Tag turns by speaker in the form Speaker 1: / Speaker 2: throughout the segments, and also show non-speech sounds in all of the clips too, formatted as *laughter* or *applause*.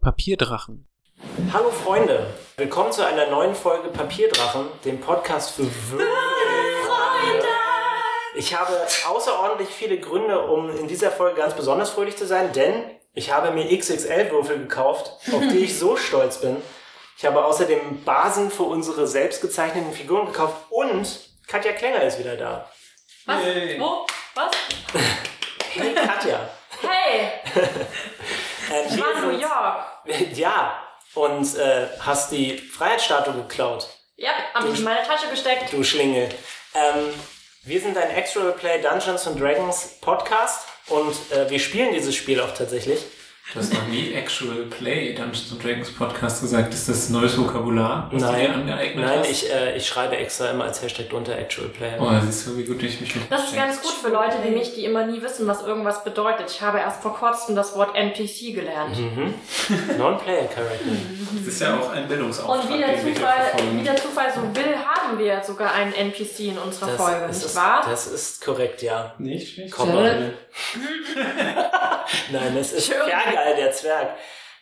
Speaker 1: Papierdrachen.
Speaker 2: Hallo Freunde, willkommen zu einer neuen Folge Papierdrachen, dem Podcast für Freunde. Ich habe außerordentlich viele Gründe, um in dieser Folge ganz besonders fröhlich zu sein, denn ich habe mir XXL-Würfel gekauft, auf die ich so stolz bin. Ich habe außerdem Basen für unsere selbst gezeichneten Figuren gekauft und Katja Klenger ist wieder da.
Speaker 3: Was? Wo? Was?
Speaker 2: Hey Katja.
Speaker 3: Hey,
Speaker 2: Äh,
Speaker 3: ich
Speaker 2: wir
Speaker 3: war in New
Speaker 2: sind-
Speaker 3: York.
Speaker 2: Ja, und äh, hast die Freiheitsstatue geklaut.
Speaker 3: Ja, hab mich in meine Tasche gesteckt.
Speaker 2: Du Schlingel. Ähm, wir sind ein Extra Play Dungeons and Dragons Podcast und äh, wir spielen dieses Spiel auch tatsächlich.
Speaker 4: Du hast noch nie Actual Play Dungeons and Dragons Podcast gesagt. Ist das neues Vokabular, was du dir angeeignet
Speaker 2: nein,
Speaker 4: hast?
Speaker 2: ich, äh, ich schreibe extra immer als Hashtag drunter Actual Play.
Speaker 4: Oh, siehst du, wie gut ich mich mit
Speaker 3: Das ist ganz gut für Leute wie mich, die immer nie wissen, was irgendwas bedeutet. Ich habe erst vor kurzem das Wort NPC gelernt.
Speaker 2: Mhm. Non-Player Character.
Speaker 3: Mhm.
Speaker 4: Das ist ja auch ein Bildungsauftrag,
Speaker 3: Und wie der,
Speaker 4: den wir hier
Speaker 3: Zufall,
Speaker 4: verfolgen.
Speaker 3: wie der Zufall so will, haben wir sogar einen NPC in unserer Folge,
Speaker 2: das,
Speaker 3: nicht
Speaker 2: ist,
Speaker 3: wahr?
Speaker 2: das ist korrekt, ja.
Speaker 4: nicht schlecht.
Speaker 2: Komm,
Speaker 4: Äh,
Speaker 2: Nein, es ist
Speaker 3: Schön.
Speaker 2: Fergal, der Zwerg,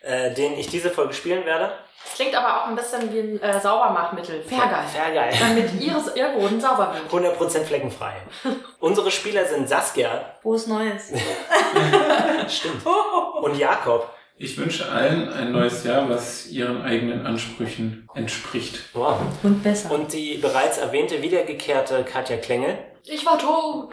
Speaker 2: äh, den ich diese Folge spielen werde.
Speaker 3: Das klingt aber auch ein bisschen wie ein äh, Saubermachmittel. Fergal.
Speaker 2: Fergal.
Speaker 3: Damit ihres Irrboden sauber wird.
Speaker 2: 100%
Speaker 3: *laughs*
Speaker 2: fleckenfrei. Unsere Spieler sind Saskia *laughs*
Speaker 5: Frohes Neues.
Speaker 2: und Jakob.
Speaker 4: Ich wünsche allen ein neues Jahr, was ihren eigenen Ansprüchen entspricht.
Speaker 2: Wow.
Speaker 5: Und besser.
Speaker 2: Und die bereits erwähnte, wiedergekehrte Katja Klengel.
Speaker 3: Ich war tot.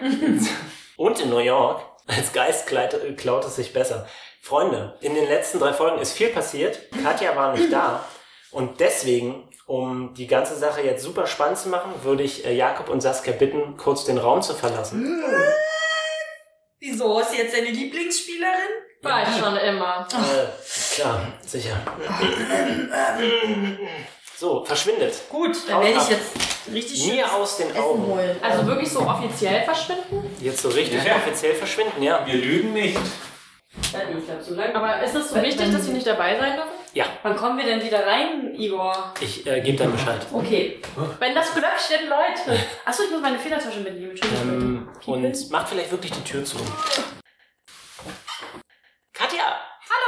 Speaker 2: Und in New York. Als Geist kleit- äh, klaut es sich besser. Freunde, in den letzten drei Folgen ist viel passiert. Katja war nicht da. Und deswegen, um die ganze Sache jetzt super spannend zu machen, würde ich äh, Jakob und Saskia bitten, kurz den Raum zu verlassen.
Speaker 5: Wieso? Ist sie jetzt deine Lieblingsspielerin?
Speaker 3: War ich schon immer.
Speaker 2: Äh, klar, sicher. So, verschwindet.
Speaker 5: Gut, dann
Speaker 2: Haut
Speaker 5: werde
Speaker 2: ab.
Speaker 5: ich jetzt richtig schön
Speaker 2: Mir aus den
Speaker 5: Essen
Speaker 2: Augen.
Speaker 5: holen.
Speaker 3: Also wirklich so offiziell verschwinden?
Speaker 2: Jetzt so richtig
Speaker 4: Ja.
Speaker 2: offiziell verschwinden, ja.
Speaker 4: Wir lügen nicht.
Speaker 3: Aber ist es so wichtig, dass sie nicht dabei sein dürfen?
Speaker 2: Ja,
Speaker 5: Wann kommen wir denn wieder rein, Igor?
Speaker 2: ich äh, gebe dann Bescheid.
Speaker 5: Okay.
Speaker 3: Wenn das Glöckchen läutet.
Speaker 5: Achso, ich muss meine Federtasche mitnehmen. Entschuldigung.
Speaker 2: Ähm, und macht vielleicht wirklich die Tür zu. Katja!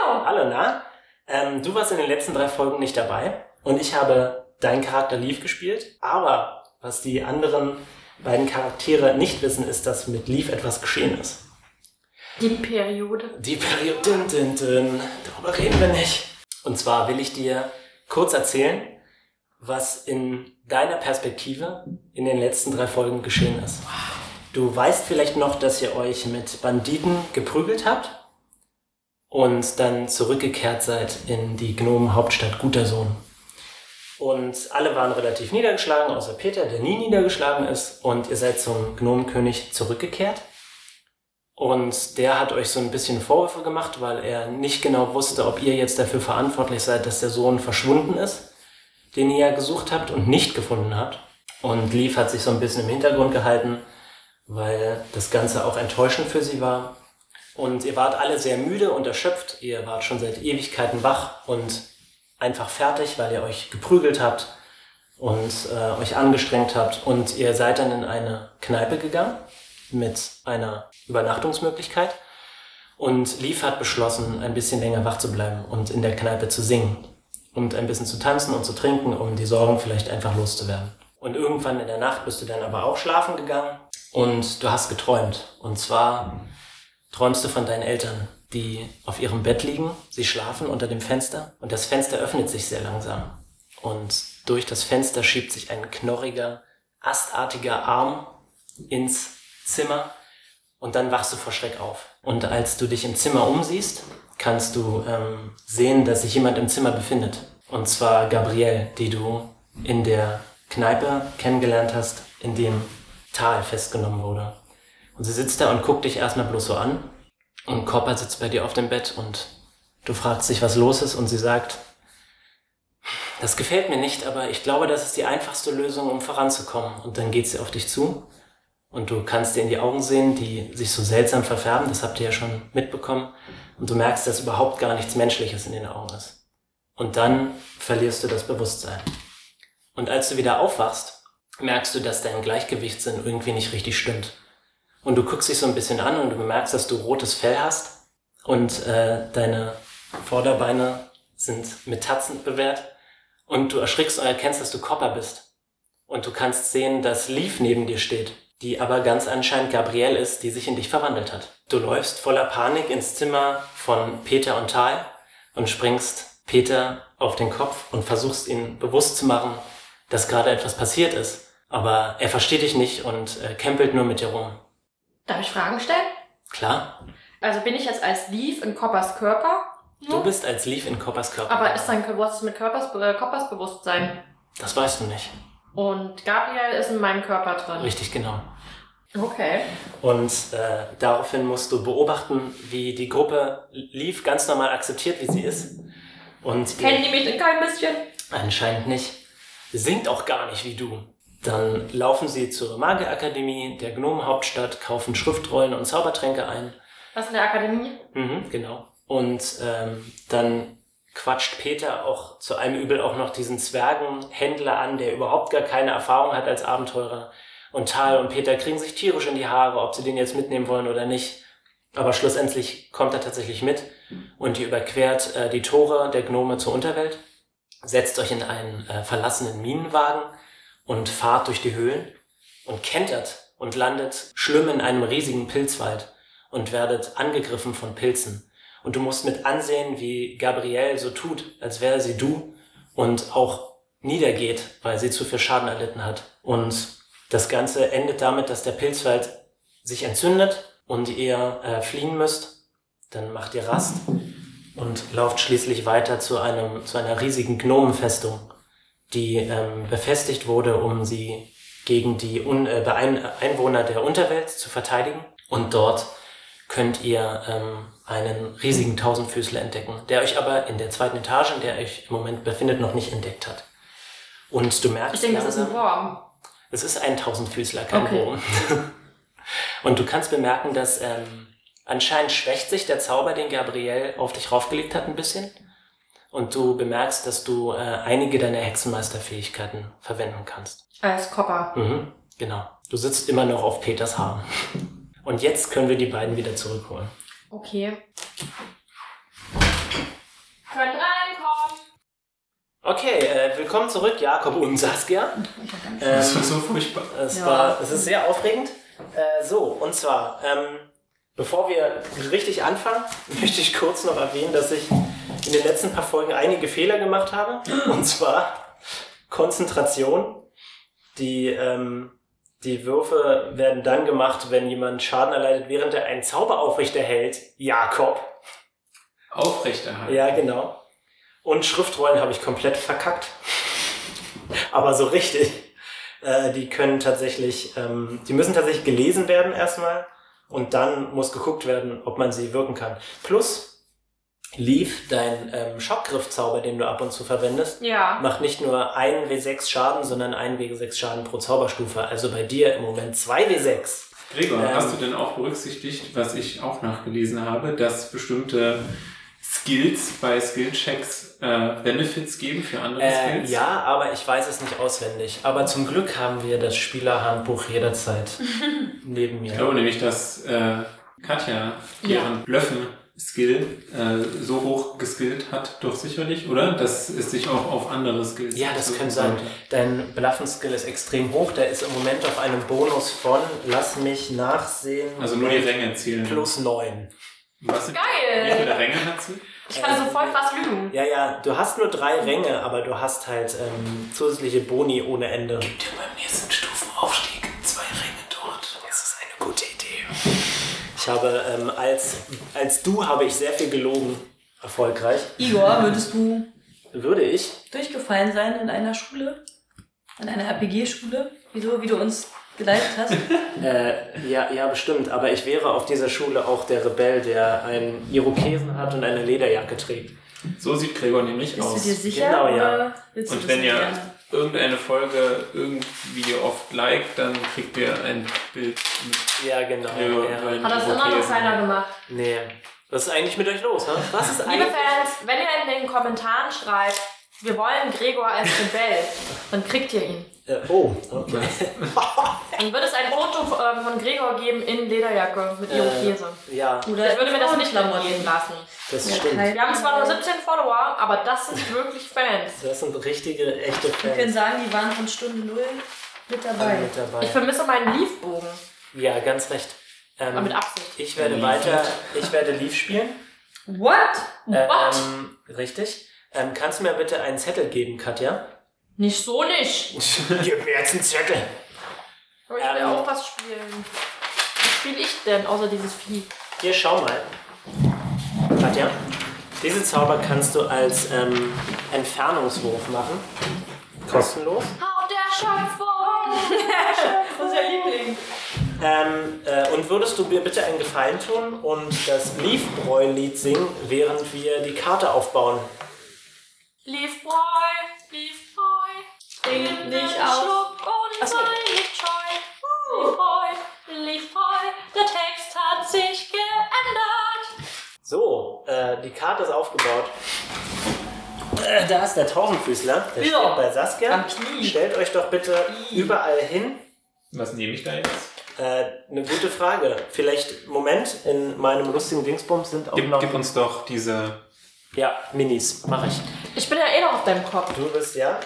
Speaker 3: Hallo!
Speaker 2: Hallo, na? Ähm, du warst in den letzten drei Folgen nicht dabei und ich habe deinen Charakter Leaf gespielt, aber was die anderen beiden Charaktere nicht wissen, ist, dass mit Leaf etwas geschehen ist.
Speaker 3: Die Periode.
Speaker 2: Die Periode. Dün, dün, dün. Darüber reden wir nicht. Und zwar will ich dir kurz erzählen, was in deiner Perspektive in den letzten drei Folgen geschehen ist. Du weißt vielleicht noch, dass ihr euch mit Banditen geprügelt habt und dann zurückgekehrt seid in die Gnomen-Hauptstadt Gutersohn. Und alle waren relativ niedergeschlagen, außer Peter, der nie niedergeschlagen ist. Und ihr seid zum Gnomenkönig zurückgekehrt. Und der hat euch so ein bisschen Vorwürfe gemacht, weil er nicht genau wusste, ob ihr jetzt dafür verantwortlich seid, dass der Sohn verschwunden ist, den ihr ja gesucht habt und nicht gefunden habt. Und Leaf hat sich so ein bisschen im Hintergrund gehalten, weil das Ganze auch enttäuschend für sie war. Und ihr wart alle sehr müde und erschöpft. Ihr wart schon seit Ewigkeiten wach und einfach fertig, weil ihr euch geprügelt habt und äh, euch angestrengt habt. Und ihr seid dann in eine Kneipe gegangen mit einer Übernachtungsmöglichkeit. Und Leaf hat beschlossen, ein bisschen länger wach zu bleiben und in der Kneipe zu singen und ein bisschen zu tanzen und zu trinken, um die Sorgen vielleicht einfach loszuwerden. Und irgendwann in der Nacht bist du dann aber auch schlafen gegangen und du hast geträumt. Und zwar träumst du von deinen Eltern, die auf ihrem Bett liegen, sie schlafen unter dem Fenster und das Fenster öffnet sich sehr langsam. Und durch das Fenster schiebt sich ein knorriger, astartiger Arm ins Zimmer und dann wachst du vor Schreck auf. Und als du dich im Zimmer umsiehst, kannst du ähm, sehen, dass sich jemand im Zimmer befindet. Und zwar Gabrielle, die du in der Kneipe kennengelernt hast, in dem Tal festgenommen wurde. Und sie sitzt da und guckt dich erstmal bloß so an. Und Copper sitzt bei dir auf dem Bett und du fragst dich, was los ist. Und sie sagt, das gefällt mir nicht, aber ich glaube, das ist die einfachste Lösung, um voranzukommen. Und dann geht sie auf dich zu. Und du kannst dir in die Augen sehen, die sich so seltsam verfärben. Das habt ihr ja schon mitbekommen. Und du merkst, dass überhaupt gar nichts Menschliches in den Augen ist. Und dann verlierst du das Bewusstsein. Und als du wieder aufwachst, merkst du, dass dein Gleichgewichtssinn irgendwie nicht richtig stimmt. Und du guckst dich so ein bisschen an und du bemerkst, dass du rotes Fell hast und äh, deine Vorderbeine sind mit Tatzen bewehrt. Und du erschrickst und erkennst, dass du Copper bist. Und du kannst sehen, dass Leaf neben dir steht, die aber ganz anscheinend Gabrielle ist, die sich in dich verwandelt hat. Du läufst voller Panik ins Zimmer von Peter und Tal und springst Peter auf den Kopf und versuchst ihn bewusst zu machen, dass gerade etwas passiert ist. Aber er versteht dich nicht und äh, kämpelt nur mit dir rum.
Speaker 3: Darf ich Fragen stellen?
Speaker 2: Klar,
Speaker 3: Also bin ich jetzt als Leaf in Coppers Körper?
Speaker 2: du bist als Leaf in Coppers Körper.
Speaker 3: Aber ist dann, was ist mit Körpers, äh, Coppers Bewusstsein?
Speaker 2: Das weißt du nicht.
Speaker 3: Und Gabriel ist in meinem Körper drin.
Speaker 2: Richtig, genau.
Speaker 3: Okay.
Speaker 2: Und äh, daraufhin musst du beobachten, wie die Gruppe lief, ganz normal akzeptiert, wie sie ist. Und
Speaker 3: Kennen
Speaker 2: ihr,
Speaker 3: die mich in keinem bisschen?
Speaker 2: anscheinend nicht. Singt auch gar nicht wie du. Dann laufen sie zur Magierakademie, der Gnomenhauptstadt, kaufen Schriftrollen und Zaubertränke ein.
Speaker 3: Was in der Akademie?
Speaker 2: Mhm, genau. Und ähm, dann quatscht Peter auch zu einem Übel auch noch diesen Zwergenhändler an, der überhaupt gar keine Erfahrung hat als Abenteurer. Und Tal und Peter kriegen sich tierisch in die Haare, ob sie den jetzt mitnehmen wollen oder nicht. Aber schlussendlich kommt er tatsächlich mit und ihr überquert äh, die Tore der Gnome zur Unterwelt, setzt euch in einen äh, verlassenen Minenwagen und fahrt durch die Höhlen und kentert und landet schlimm in einem riesigen Pilzwald und werdet angegriffen von Pilzen. Und du musst mit ansehen, wie Gabrielle so tut, als wäre sie du und auch niedergeht, weil sie zu viel Schaden erlitten hat. Und das Ganze endet damit, dass der Pilzwald sich entzündet und ihr äh, fliehen müsst. Dann macht ihr Rast und lauft schließlich weiter zu, einem, zu einer riesigen Gnomenfestung, die ähm, befestigt wurde, um sie gegen die Un äh, Beein Einwohner der Unterwelt zu verteidigen. Und dort könnt ihr ähm, einen riesigen Tausendfüßler entdecken, der euch aber in der zweiten Etage, in der ihr euch im Moment befindet, noch nicht entdeckt hat. Und du merkst,
Speaker 3: Ich denke, das ist ein
Speaker 2: langsam-
Speaker 3: Wurm.
Speaker 2: es ist ein Tausendfüßler, kein
Speaker 3: Okay.
Speaker 2: Wurm. *laughs* Und du kannst bemerken, dass ähm, anscheinend schwächt sich der Zauber, den Gabriel auf dich raufgelegt hat, ein bisschen. Und du bemerkst, dass du äh, einige deiner Hexenmeisterfähigkeiten verwenden kannst.
Speaker 3: Als Copper.
Speaker 2: Mhm, genau. Du sitzt immer noch auf Peters Haar. Und jetzt können wir die beiden wieder zurückholen.
Speaker 3: Okay. Könnt reinkommen.
Speaker 2: Okay, äh, willkommen zurück, Jakob und Saskia.
Speaker 4: Das war
Speaker 2: Ähm,
Speaker 4: so furchtbar.
Speaker 2: Es,
Speaker 3: Ja.
Speaker 2: war, es ist sehr aufregend. Äh, so, und zwar, ähm, bevor wir richtig anfangen, *laughs* möchte ich kurz noch erwähnen, dass ich in den letzten paar Folgen einige Fehler gemacht habe. Und zwar Konzentration. Die, ähm, die Würfe werden dann gemacht, wenn jemand Schaden erleidet, während er einen Zauber aufrechterhält. Jakob.
Speaker 4: Aufrechterhalten.
Speaker 2: Ja, genau. Und Schriftrollen habe ich komplett verkackt. *laughs* Aber so richtig. Äh, die können tatsächlich, ähm, die müssen tatsächlich gelesen werden erstmal. Und dann muss geguckt werden, ob man sie wirken kann. Plus, Leaf, dein ähm, Schockgriffzauber, den du ab und zu verwendest,
Speaker 3: Ja.
Speaker 2: macht nicht nur 1W6 Schaden, sondern 1W6 Schaden pro Zauberstufe. Also bei dir im Moment 2W6.
Speaker 4: Gregor,
Speaker 2: Ähm,
Speaker 4: hast du denn auch berücksichtigt, was ich auch nachgelesen habe, dass bestimmte Skills bei Skillchecks äh, Benefits geben für andere
Speaker 2: Äh,
Speaker 4: Skills?
Speaker 2: ja, aber ich weiß es nicht auswendig. Aber zum Glück haben wir das
Speaker 4: *laughs*
Speaker 2: Spielerhandbuch jederzeit neben mir.
Speaker 4: Ich glaube nämlich, dass äh, Katja ihren Blöffen-Skill äh, so hoch geskillt hat, doch sicherlich, oder? Dass es sich auch auf andere Skills
Speaker 2: Ja, das
Speaker 4: beziehen
Speaker 2: kann sein.
Speaker 4: sollte.
Speaker 2: Dein Bluffen-Skill ist extrem hoch. Der ist im Moment auf einem Bonus von, lass mich nachsehen,
Speaker 4: Also nur die Ränge zählen.
Speaker 2: plus 9.
Speaker 4: Was sind,
Speaker 3: Geil!
Speaker 4: Wie viele Ränge hat sie?
Speaker 3: Ich kann so voll krass lügen.
Speaker 2: Ja, ja, du hast nur drei Ränge, aber du hast halt ähm, zusätzliche Boni ohne Ende.
Speaker 4: Gibt ja beim nächsten Stufenaufstieg zwei Ränge dort.
Speaker 2: Das ist eine gute Idee. Ich habe, ähm, als, als du habe ich sehr viel gelogen. Erfolgreich.
Speaker 5: Igor, würdest du
Speaker 2: Würde ich.
Speaker 5: durchgefallen sein in einer Schule? In einer RPG-Schule? Wieso, wie du uns geleitet hast?
Speaker 2: Äh, ja, ja, bestimmt. Aber ich wäre auf dieser Schule auch der Rebell, der einen Irokesen hat und eine Lederjacke trägt.
Speaker 4: So sieht Gregor nämlich
Speaker 5: Bist du
Speaker 4: aus.
Speaker 5: dir sicher?
Speaker 2: Genau, ja.
Speaker 5: oder willst du
Speaker 4: Und
Speaker 5: das
Speaker 4: wenn
Speaker 5: nicht
Speaker 4: ihr
Speaker 5: gerne?
Speaker 4: irgendeine Folge irgendwie oft liked, dann kriegt ihr ein Bild mit
Speaker 2: Ja, genau.
Speaker 4: Gregor.
Speaker 2: ja.
Speaker 4: und einem
Speaker 3: Hat das immer noch
Speaker 4: Irokesen.
Speaker 3: keiner gemacht.
Speaker 2: Nee. Was ist eigentlich mit euch los? Ha? Was ist
Speaker 3: Liebe
Speaker 2: eigentlich?
Speaker 3: Fans, wenn ihr in den Kommentaren schreibt, Wir wollen Gregor als Rebell. Dann kriegt ihr ihn.
Speaker 2: Äh, oh, okay.
Speaker 3: Dann wird es ein Foto ähm, von Gregor geben in Lederjacke mit
Speaker 2: Äh,
Speaker 3: Irokese.
Speaker 2: Ja,
Speaker 5: Oder
Speaker 3: Ich würde mir das nicht lamentieren lassen.
Speaker 2: das
Speaker 5: Ja,
Speaker 2: stimmt.
Speaker 5: kein-
Speaker 3: Wir haben zwar nur 17 Follower, aber das sind wirklich Fans.
Speaker 2: Das sind richtige, echte
Speaker 5: Wir können
Speaker 2: Fans
Speaker 5: sagen, die waren von Stunde null mit
Speaker 2: alle
Speaker 5: dabei.
Speaker 2: Also mit dabei.
Speaker 3: Ich vermisse meinen Leafbogen.
Speaker 2: Ja, ganz recht. Ähm,
Speaker 3: Aber mit Absicht.
Speaker 2: ich werde weiter, ich werde Leaf spielen.
Speaker 5: What?
Speaker 3: What?
Speaker 2: Ähm, richtig. Ähm, kannst du mir bitte einen Zettel geben, Katja?
Speaker 3: Nicht so nicht.
Speaker 2: *laughs* Gib mir jetzt einen Zettel.
Speaker 3: Aber ich will
Speaker 2: Ähm.
Speaker 3: auch was spielen. Was spiele ich denn, außer dieses Vieh?
Speaker 2: Hier, schau mal. Katja, diese Zauber kannst du als ähm, Entfernungswurf machen. Kostenlos.
Speaker 3: Auf der Schöpfung!
Speaker 5: Unser Liebling.
Speaker 2: Ähm, äh, und würdest du mir bitte einen Gefallen tun und das Leafbräu-Lied singen, während wir die Karte aufbauen?
Speaker 3: Lief Boy, Lief Boy,
Speaker 5: Trinkt nicht aus.
Speaker 3: Schluck und
Speaker 5: so.
Speaker 3: sei nicht scheu. Lief Boy, Lief Boy, der Text hat sich geändert.
Speaker 2: So, äh, die Karte ist aufgebaut. Äh, da ist der Tausendfüßler. Der
Speaker 5: Ja.
Speaker 2: steht bei Saskia.
Speaker 5: Am Knie.
Speaker 2: Stellt euch doch bitte überall hin.
Speaker 4: Was nehme ich da jetzt?
Speaker 2: Äh, eine gute Frage. Vielleicht, Moment, in meinem lustigen Dingsbums sind auch
Speaker 4: Gib,
Speaker 2: noch...
Speaker 4: gib uns doch diese.
Speaker 2: Ja, Minis, mache ich.
Speaker 3: Ich bin ja eh noch auf deinem Kopf.
Speaker 2: Du bist ja?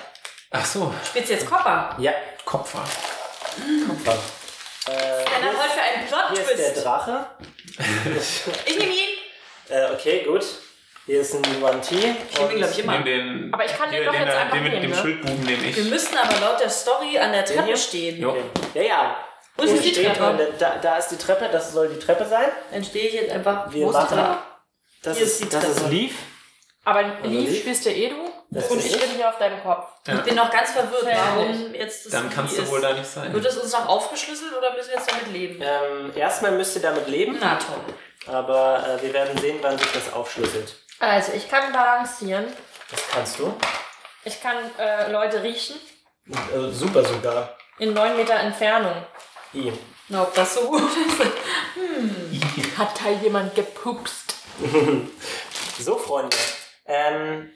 Speaker 4: Ach so,
Speaker 5: Spielst jetzt Kopper?
Speaker 2: Ja.
Speaker 4: Kopfer.
Speaker 5: Dann hat heute für
Speaker 2: Äh,
Speaker 5: einen
Speaker 2: Hier ist der
Speaker 5: Plot-Twist.
Speaker 2: Drache.
Speaker 5: Ich nehme ihn.
Speaker 2: Äh, okay, gut. Hier ist ein Yuan Ti.
Speaker 5: Ich nehme ihn, glaube ich, immer.
Speaker 4: Nimm den,
Speaker 3: Aber ich kann den
Speaker 4: hier,
Speaker 3: doch jetzt
Speaker 4: da-
Speaker 3: einfach
Speaker 4: den mit
Speaker 3: nehmen,
Speaker 4: dem
Speaker 3: ne?
Speaker 4: Schildbuben nehme
Speaker 5: Wir
Speaker 4: ich.
Speaker 5: müssen aber laut der Story an der Treppe
Speaker 2: hier?
Speaker 5: stehen.
Speaker 4: Jo.
Speaker 2: Okay. Ja, ja.
Speaker 5: Wo ist die
Speaker 2: steht
Speaker 5: Treppe?
Speaker 2: man? Da, da ist die Treppe, das soll die Treppe sein.
Speaker 5: Dann stehe ich jetzt einfach.
Speaker 2: Wir
Speaker 5: Wo ist die
Speaker 2: machen-
Speaker 5: Treppe?
Speaker 2: Das
Speaker 5: Hier ist die
Speaker 2: das
Speaker 5: Treppe.
Speaker 2: ist Leaf.
Speaker 3: Aber
Speaker 2: nicht?
Speaker 3: Lief spielst ja eh du
Speaker 2: Das
Speaker 3: und
Speaker 2: ist
Speaker 3: ich
Speaker 2: ich.
Speaker 3: bin hier auf deinem Kopf.
Speaker 5: Ich bin noch ganz verwirrt, warum jetzt das
Speaker 4: Dann kannst
Speaker 5: Wie
Speaker 4: du wohl
Speaker 5: ist.
Speaker 4: da nicht sein.
Speaker 5: Wird das uns noch aufgeschlüsselt oder müssen wir jetzt damit leben?
Speaker 2: Ähm, erstmal müsst ihr damit leben,
Speaker 5: Na toll.
Speaker 2: aber äh, wir werden sehen, wann sich das aufschlüsselt.
Speaker 3: Also ich kann balancieren.
Speaker 2: Das kannst du.
Speaker 3: Ich kann äh, Leute riechen
Speaker 2: Äh, super sogar.
Speaker 3: in 9 Meter Entfernung.
Speaker 2: I.
Speaker 5: Na, ob das so gut ist.
Speaker 3: Hat da jemand gepupst?
Speaker 2: So, Freunde. Ähm,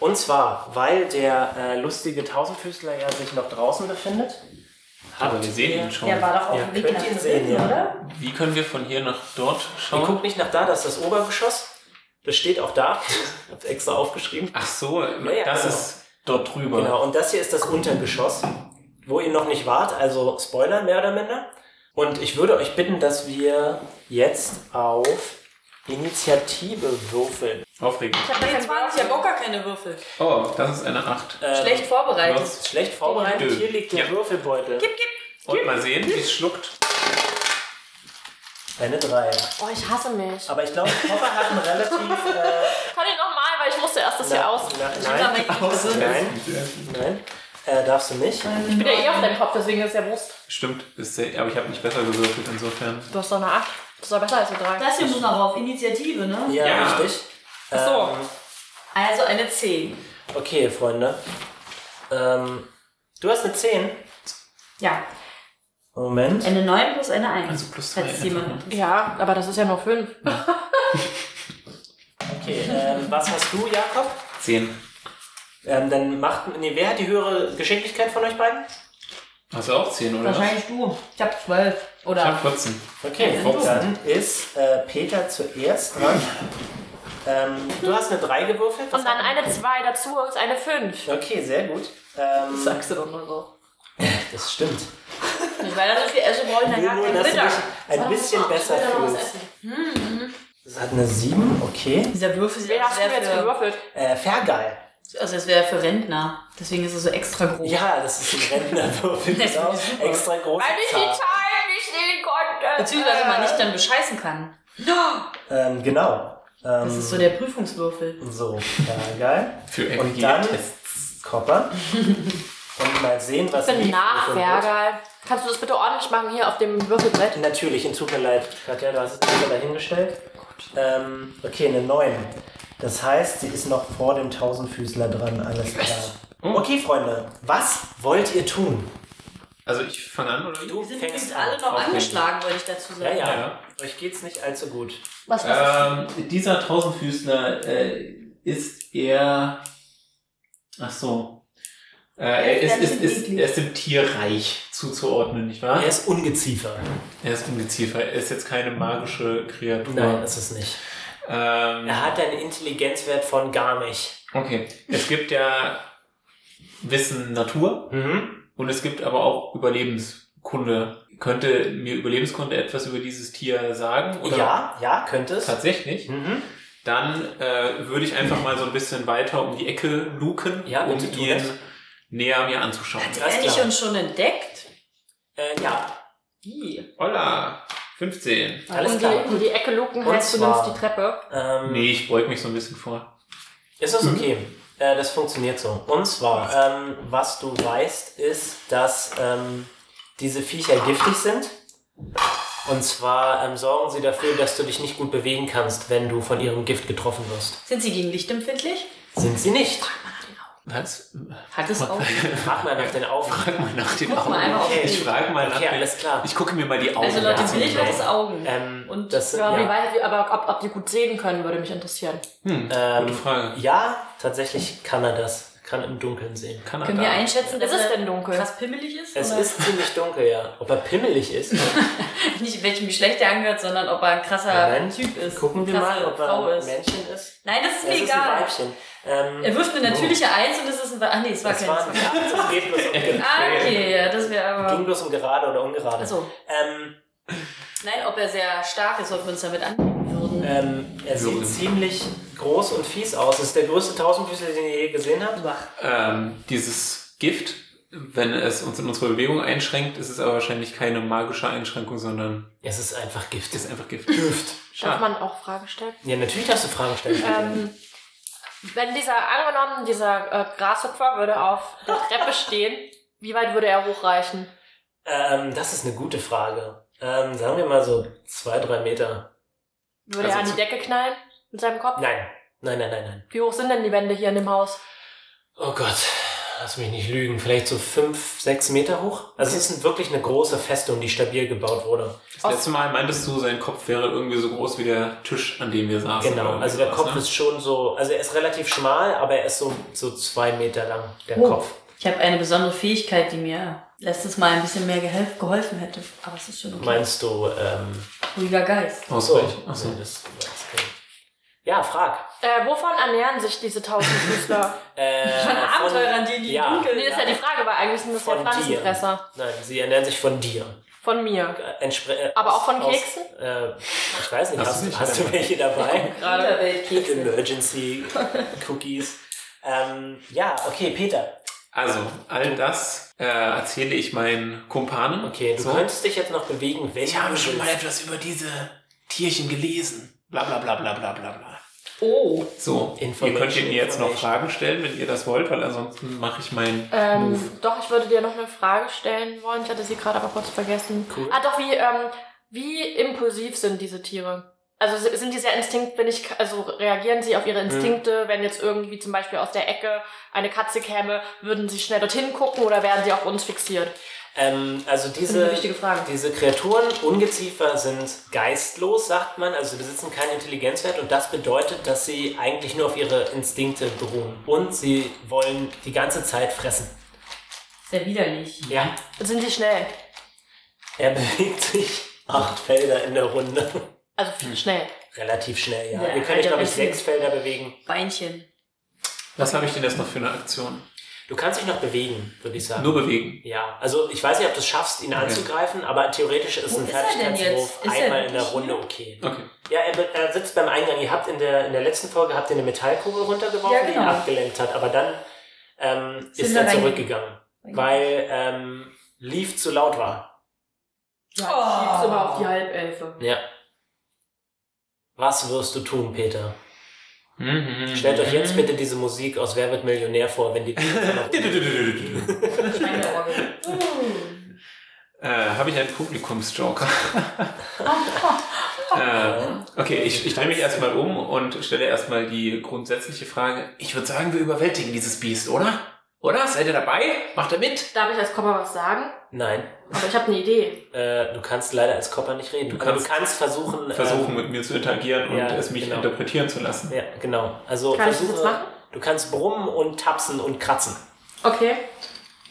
Speaker 2: und zwar, weil der äh, lustige Tausendfüßler ja sich noch draußen befindet.
Speaker 4: Aber wir sehen
Speaker 2: ihr-
Speaker 4: ihn schon.
Speaker 5: Der war doch auf
Speaker 2: Ja,
Speaker 5: dem Weg
Speaker 2: könnt
Speaker 5: nach
Speaker 2: ihr
Speaker 5: hinten,
Speaker 2: sehen, ja.
Speaker 5: oder?
Speaker 4: Wie können wir von hier nach dort
Speaker 2: Ihr
Speaker 4: schauen?
Speaker 2: guckt nicht nach da, das ist das Obergeschoss. Das steht auch da. *laughs* Hab's extra aufgeschrieben.
Speaker 4: Ach so,
Speaker 2: ja,
Speaker 4: das
Speaker 2: genau.
Speaker 4: ist dort drüber.
Speaker 2: Genau, und das hier ist das Untergeschoss, wo ihr noch nicht wart, also Spoiler mehr oder minder. Und ich würde euch bitten, dass wir jetzt auf Initiative würfeln.
Speaker 4: Aufregend.
Speaker 3: Ich habe
Speaker 5: Nee, 20, ich habe auch gar keine Würfel.
Speaker 4: Oh, das ist eine 8.
Speaker 2: Ähm,
Speaker 5: Schlecht vorbereitet.
Speaker 4: Was?
Speaker 2: Schlecht vorbereitet,
Speaker 4: Dö.
Speaker 2: hier liegt der
Speaker 4: Ja.
Speaker 2: Würfelbeutel.
Speaker 4: Und mal sehen, wie es schluckt.
Speaker 2: Eine 3.
Speaker 3: Oh, ich hasse mich.
Speaker 2: Aber ich glaube, Popper hat einen relativ... Äh,
Speaker 3: *laughs* Kann ich nochmal, weil ich musste erst das hier
Speaker 2: na-
Speaker 3: aus.
Speaker 2: na-
Speaker 5: Aber
Speaker 2: nein,
Speaker 5: ich bin gesund.
Speaker 2: nein, nein. Äh, darfst du nicht.
Speaker 3: Ich bin ja eh auf deinem Kopf, deswegen ist ja Wurst.
Speaker 4: Stimmt, ist sehr, aber ich habe nicht besser gewürfelt insofern.
Speaker 3: Du hast doch eine 8. Das war besser als eine 3.
Speaker 5: Das hier muss noch auf Initiative, ne?
Speaker 2: Ja,
Speaker 4: Ja.
Speaker 2: richtig.
Speaker 3: Ach so.
Speaker 2: Ähm,
Speaker 5: Also eine 10.
Speaker 2: okay, Freunde. Ähm, du hast eine 10.
Speaker 5: Ja.
Speaker 2: Moment.
Speaker 3: Ähm.
Speaker 5: Eine 9 plus eine 1.
Speaker 4: Also plus
Speaker 5: Falls
Speaker 4: drei
Speaker 5: es jemand
Speaker 4: einfach.
Speaker 5: interessiert.
Speaker 3: Ja, aber das ist ja nur 5.
Speaker 2: Okay, ähm, was hast du, Jakob?
Speaker 4: 10.
Speaker 2: Ähm, dann macht. Nee, wer hat die höhere Geschicklichkeit von euch beiden?
Speaker 4: Hast du auch 10, oder? was?
Speaker 5: Wahrscheinlich du. Ich habe 12.
Speaker 4: Ich
Speaker 5: Oder?
Speaker 4: habe 14.
Speaker 2: Okay,
Speaker 4: Fox.
Speaker 2: dann ist äh, Peter zuerst dran. ähm, du hast eine 3 gewürfelt. was
Speaker 3: Und dann
Speaker 2: hat-
Speaker 3: eine 2, dazu ist eine 5.
Speaker 2: Okay, sehr gut. Ähm,
Speaker 3: Sagst du doch nur so.
Speaker 2: das stimmt.
Speaker 5: Nicht, Weil da so viel Essen brauche ich
Speaker 2: Ich
Speaker 5: dann
Speaker 2: will
Speaker 5: gar
Speaker 2: nur,
Speaker 5: keinen
Speaker 2: dass du
Speaker 5: Ritter.
Speaker 2: dich ein bisschen besser fühlst.
Speaker 5: Hm,
Speaker 2: Das hat eine 7, okay.
Speaker 5: Dieser Würfel
Speaker 3: Wen hast du
Speaker 5: wäre
Speaker 3: jetzt
Speaker 5: für,
Speaker 3: gewürfelt?
Speaker 2: Äh, Vergeil.
Speaker 5: also das wäre für Rentner. Deswegen ist er so extra groß.
Speaker 2: Ja, das ist ein Rentnerwürfel,
Speaker 5: *laughs* Das ist
Speaker 2: genau.
Speaker 5: super.
Speaker 2: Extra groß.
Speaker 3: Zahl nicht sehen konnte.
Speaker 5: Beziehungsweise man nicht dann bescheißen kann.
Speaker 2: Ähm, genau. Ähm,
Speaker 5: Das ist so der Prüfungswürfel.
Speaker 2: so, Vergeil.
Speaker 4: Für
Speaker 2: Und
Speaker 4: LG.
Speaker 2: dann Kopper. Und mal sehen, was
Speaker 3: Ich bin
Speaker 2: Leaf würfelt.
Speaker 3: Nachwerger. Kannst du das bitte ordentlich machen hier auf dem Würfelbrett?
Speaker 2: Natürlich, in tut mir leid, Katja, du hast es wieder dahingestellt. Ähm, okay, eine 9. Das heißt, sie ist noch vor dem Tausendfüßler dran, alles klar. Okay, Freunde, was wollt ihr tun?
Speaker 4: Also ich fange an, oder?
Speaker 5: Wir sind übrigens
Speaker 2: an.
Speaker 5: alle noch
Speaker 4: Okay.
Speaker 5: angeschlagen, wollte ich dazu sagen.
Speaker 2: Ja, ja,
Speaker 4: Ja.
Speaker 2: euch geht's nicht allzu gut.
Speaker 3: Was, was
Speaker 4: Ähm, dieser Tausendfüßler äh, ist äh, eher Ach so. Äh, er, ist,
Speaker 5: ganz
Speaker 4: ist, ist,
Speaker 5: eklig.
Speaker 4: er ist dem Tierreich zuzuordnen, nicht wahr?
Speaker 2: Er ist Ungeziefer.
Speaker 4: Er ist Ungeziefer. Er ist jetzt keine magische Kreatur.
Speaker 2: Nein, ist es nicht.
Speaker 4: Ähm,
Speaker 2: Er hat einen Intelligenzwert von gar nicht.
Speaker 4: Okay. Es gibt ja Wissen Natur
Speaker 2: Mhm.
Speaker 4: und es gibt aber auch Überlebenskunde. Könnte mir Überlebenskunde etwas über dieses Tier sagen? Oder
Speaker 2: Ja, ja, könnte es.
Speaker 4: Tatsächlich.
Speaker 2: Mhm.
Speaker 4: Dann äh, würde ich einfach mal so ein bisschen weiter um die Ecke luken,
Speaker 2: Ja,
Speaker 4: um
Speaker 2: bitte tu
Speaker 4: ihn
Speaker 2: das.
Speaker 4: näher mir anzuschauen.
Speaker 5: Hat
Speaker 2: Alles
Speaker 5: er dich
Speaker 2: klar.
Speaker 5: uns schon entdeckt?
Speaker 2: Äh, ja,
Speaker 5: Wie?
Speaker 4: Hola, 15.
Speaker 2: alles
Speaker 3: um,
Speaker 2: klar.
Speaker 3: Die, um die Ecke luken
Speaker 2: Und
Speaker 3: heißt, du
Speaker 2: zwar-
Speaker 3: nimmst die Treppe.
Speaker 2: Ähm,
Speaker 4: Nee, ich beug mich so ein bisschen vor.
Speaker 2: Ist das okay? Äh, das funktioniert so. Und zwar, ähm, was du weißt, ist, dass ähm, diese Viecher giftig sind. Und zwar ähm, sorgen sie dafür, dass du dich nicht gut bewegen kannst, wenn du von ihrem Gift getroffen wirst.
Speaker 5: Sind sie gegen Licht empfindlich?
Speaker 2: Sind sie nicht?
Speaker 4: Was?
Speaker 5: Hat es
Speaker 2: *laughs*
Speaker 5: auch.
Speaker 2: Frag mal nach den Augen.
Speaker 4: Frag mal nach den
Speaker 5: Guck
Speaker 4: Augen.
Speaker 5: mal einmal auf
Speaker 2: Okay.
Speaker 4: Ich
Speaker 5: die.
Speaker 4: frage mal nach
Speaker 2: Okay,
Speaker 4: den-
Speaker 2: alles klar.
Speaker 4: Ich gucke mir mal die Augen
Speaker 5: Also laut
Speaker 4: an.
Speaker 5: dem Bild hat es Augen.
Speaker 2: Ähm,
Speaker 5: Und
Speaker 2: das sind,
Speaker 3: Ja, Wie
Speaker 2: ja,
Speaker 3: weit, wie, aber ob, ob die gut sehen können, würde mich interessieren.
Speaker 4: Hm,
Speaker 2: Ähm,
Speaker 4: gute Frage.
Speaker 2: ja, tatsächlich kann er das. Kann im Dunkeln sehen.
Speaker 4: Kanada.
Speaker 5: Können wir einschätzen, dass
Speaker 3: Es ist
Speaker 5: er
Speaker 3: denn dunkel.
Speaker 5: krass pimmelig ist?
Speaker 2: Es
Speaker 5: Oder
Speaker 2: ist ziemlich dunkel, ja. Ob er pimmelig ist?
Speaker 5: *laughs* nicht welchem Geschlecht er angehört, sondern ob er ein krasser
Speaker 2: Moment,
Speaker 5: Typ ist.
Speaker 2: Gucken wir
Speaker 5: Krasse
Speaker 2: mal, ob
Speaker 5: Frau
Speaker 2: er ein
Speaker 5: ist.
Speaker 2: Männchen ist.
Speaker 5: Nein, das ist mir
Speaker 2: Es ist ein
Speaker 5: egal.
Speaker 2: Weibchen. Ähm,
Speaker 5: er wirft mir natürliche Eins und es ist ein... Wa- Ach nee, es war
Speaker 2: Das
Speaker 5: kein...
Speaker 2: waren ja, das geht bloß
Speaker 5: *laughs*
Speaker 2: um Ge-
Speaker 5: ah, okay, ja, das wäre
Speaker 2: ging
Speaker 5: aber...
Speaker 2: bloß um gerade oder ungerade.
Speaker 5: Achso.
Speaker 2: Ähm,
Speaker 5: Nein, ob er sehr stark ist, ob wir uns damit annehmen würden.
Speaker 2: ähm, er sieht
Speaker 4: Würden.
Speaker 2: ziemlich groß und fies aus. Das ist der größte Tausendfüßler, den ihr je gesehen habt.
Speaker 4: Ähm, dieses Gift, wenn es uns in unsere Bewegung einschränkt, ist es aber wahrscheinlich keine magische Einschränkung, sondern
Speaker 2: Es ist einfach Gift.
Speaker 4: ist einfach Gift.
Speaker 2: Gift.
Speaker 4: Schade.
Speaker 3: Darf man auch Fragen stellen?
Speaker 2: Ja, natürlich darfst du Fragen stellen.
Speaker 3: Ähm, wenn dieser, angenommen, dieser äh, Grashüpfer würde auf der Treppe stehen, wie weit würde er hochreichen?
Speaker 2: Ähm, das ist eine gute Frage. Ähm, sagen wir mal so zwei, drei Meter.
Speaker 3: Würde
Speaker 4: Also
Speaker 3: er an die
Speaker 4: zu-
Speaker 3: Decke knallen mit seinem Kopf?
Speaker 2: Nein. Nein, nein, nein, nein.
Speaker 3: Wie hoch sind denn die Wände hier in dem Haus?
Speaker 2: Oh Gott, lass mich nicht lügen. Vielleicht so fünf, sechs Meter hoch. Also es ist wirklich eine große Festung, die stabil gebaut wurde.
Speaker 4: Das letzte Mal meintest du, sein Kopf wäre irgendwie so groß wie der Tisch, an dem wir saßen.
Speaker 2: Genau,
Speaker 4: oder
Speaker 2: also der
Speaker 4: sowas,
Speaker 2: Kopf
Speaker 4: ne?
Speaker 2: ist schon so, also er ist relativ schmal, aber er ist so, so zwei Meter lang, der
Speaker 5: Oh.
Speaker 2: Kopf.
Speaker 5: Ich habe eine besondere Fähigkeit, die mir letztes Mal ein bisschen mehr gehel- geholfen hätte. Aber es ist schon okay.
Speaker 2: Meinst du, ähm,
Speaker 5: Ruhiger Geist.
Speaker 4: Ausweich. Achso.
Speaker 2: Nee, das, das kann- ja, frag.
Speaker 3: Äh, wovon ernähren sich diese Tausendfüßler?
Speaker 2: Äh,
Speaker 5: Von Abenteurern, die in die
Speaker 2: ja.
Speaker 5: Dunkel-
Speaker 3: nee, ist ja die Frage, weil eigentlich sind das ja
Speaker 2: Von dir.
Speaker 3: Pflanzenfresser.
Speaker 2: Nein, sie ernähren sich von dir.
Speaker 3: Von mir.
Speaker 2: Äh, entspre- äh,
Speaker 3: Aber auch
Speaker 2: aus-
Speaker 3: von
Speaker 2: aus-
Speaker 3: Keksen?
Speaker 2: Äh, ich weiß nicht,
Speaker 4: Hast
Speaker 2: hast,
Speaker 4: du
Speaker 2: du-
Speaker 4: nicht
Speaker 2: hast du
Speaker 4: dabei?
Speaker 2: welche dabei?
Speaker 5: Gerade
Speaker 2: Emergency Cookies. Ähm, ja, okay, Peter.
Speaker 4: Also, all das äh, erzähle ich meinen Kumpanen.
Speaker 2: Okay, du
Speaker 4: So.
Speaker 2: könntest dich jetzt noch bewegen, wenn
Speaker 4: Ich habe
Speaker 2: du
Speaker 4: schon mal
Speaker 2: willst.
Speaker 4: etwas über diese Tierchen gelesen. Bla bla bla bla bla bla bla.
Speaker 5: Oh.
Speaker 4: So, ihr
Speaker 2: Information,
Speaker 4: könnt mir jetzt noch
Speaker 2: Information.
Speaker 4: Fragen stellen, wenn ihr das wollt, weil ansonsten mache ich meinen Move.
Speaker 3: Ähm, doch, ich würde dir noch eine Frage stellen wollen. Ich hatte sie gerade aber kurz vergessen.
Speaker 2: Cool.
Speaker 3: Ah, doch, wie, ähm, wie impulsiv sind diese Tiere? Also s- sind die sehr instinkt, wenn ich, also reagieren sie auf
Speaker 2: Hm.
Speaker 3: ihre Instinkte, wenn jetzt irgendwie zum Beispiel aus der Ecke eine Katze käme, würden sie schnell dorthin gucken oder werden sie auf uns fixiert?
Speaker 2: Ähm, also
Speaker 5: Das ist
Speaker 2: diese,
Speaker 5: eine wichtige Frage.
Speaker 2: diese Kreaturen, Ungeziefer, sind geistlos, sagt man. Also sie besitzen keinen Intelligenzwert und das bedeutet, dass sie eigentlich nur auf ihre Instinkte beruhen. Und sie wollen die ganze Zeit fressen.
Speaker 5: Sehr widerlich.
Speaker 2: Ja.
Speaker 3: Sind sie schnell?
Speaker 2: Er bewegt sich acht Felder in der Runde.
Speaker 3: Also
Speaker 2: Hm.
Speaker 3: viel schnell.
Speaker 2: Relativ schnell, ja.
Speaker 5: Ja, also
Speaker 2: Ihr könnt euch,
Speaker 5: Alter,
Speaker 2: glaube ich,
Speaker 5: das
Speaker 2: sechs
Speaker 5: ist-
Speaker 2: Felder bewegen.
Speaker 5: Beinchen.
Speaker 4: Was habe ich denn jetzt noch für eine Aktion?
Speaker 2: Du kannst dich noch bewegen, würde ich sagen.
Speaker 4: Nur bewegen.
Speaker 2: ja, also ich weiß nicht, ob du es schaffst, ihn anzugreifen, aber theoretisch ist
Speaker 5: Wo
Speaker 2: ein
Speaker 5: ist er denn jetzt?
Speaker 2: Fertigkeitswurf
Speaker 5: Ist er
Speaker 2: einmal in der
Speaker 5: wirklich
Speaker 2: Runde
Speaker 5: hier?
Speaker 2: okay.
Speaker 4: Okay.
Speaker 2: Ja, er, be- er sitzt beim Eingang. Ihr habt in der, in der letzten Folge habt ihr eine Metallkugel runtergeworfen,
Speaker 5: Ja,
Speaker 2: die ihn
Speaker 5: genau.
Speaker 2: abgelenkt hat. Aber dann ähm,
Speaker 5: Sind
Speaker 2: ist
Speaker 5: wir
Speaker 2: er
Speaker 5: reinge-
Speaker 2: zurückgegangen, weil ähm, Leaf zu laut war.
Speaker 5: Ja, ich
Speaker 1: Oh.
Speaker 3: Oh.
Speaker 5: schieb's immer auf die
Speaker 3: Halbelfe.
Speaker 2: Ja. Was wirst du tun, Peter?
Speaker 4: Mhm.
Speaker 2: Stellt euch jetzt bitte diese Musik aus Wer wird Millionär vor, wenn die...
Speaker 4: *laughs*
Speaker 5: Schweineorgel.
Speaker 4: äh, habe ich einen
Speaker 3: *laughs*
Speaker 4: Publikumsjoker? äh, okay, ich, ich drehe mich erstmal um und stelle erstmal die grundsätzliche Frage. Ich würde sagen, wir überwältigen dieses Biest, oder? Oder? Seid ihr dabei? Macht ihr mit?
Speaker 3: Darf ich als Komma was sagen?
Speaker 2: Nein,
Speaker 3: Aber ich habe eine Idee.
Speaker 2: äh, du kannst leider als Kopper nicht reden. Du kannst,
Speaker 4: kannst-
Speaker 2: du kannst versuchen... ähm,
Speaker 4: Versuchen, mit mir zu interagieren und
Speaker 2: ja,
Speaker 4: es mich
Speaker 2: genau.
Speaker 4: interpretieren zu lassen.
Speaker 2: Äh, ja, genau. Also
Speaker 3: Kann ich das
Speaker 2: versuche,
Speaker 3: jetzt machen?
Speaker 2: Du kannst brummen und tapsen und kratzen.
Speaker 3: Okay.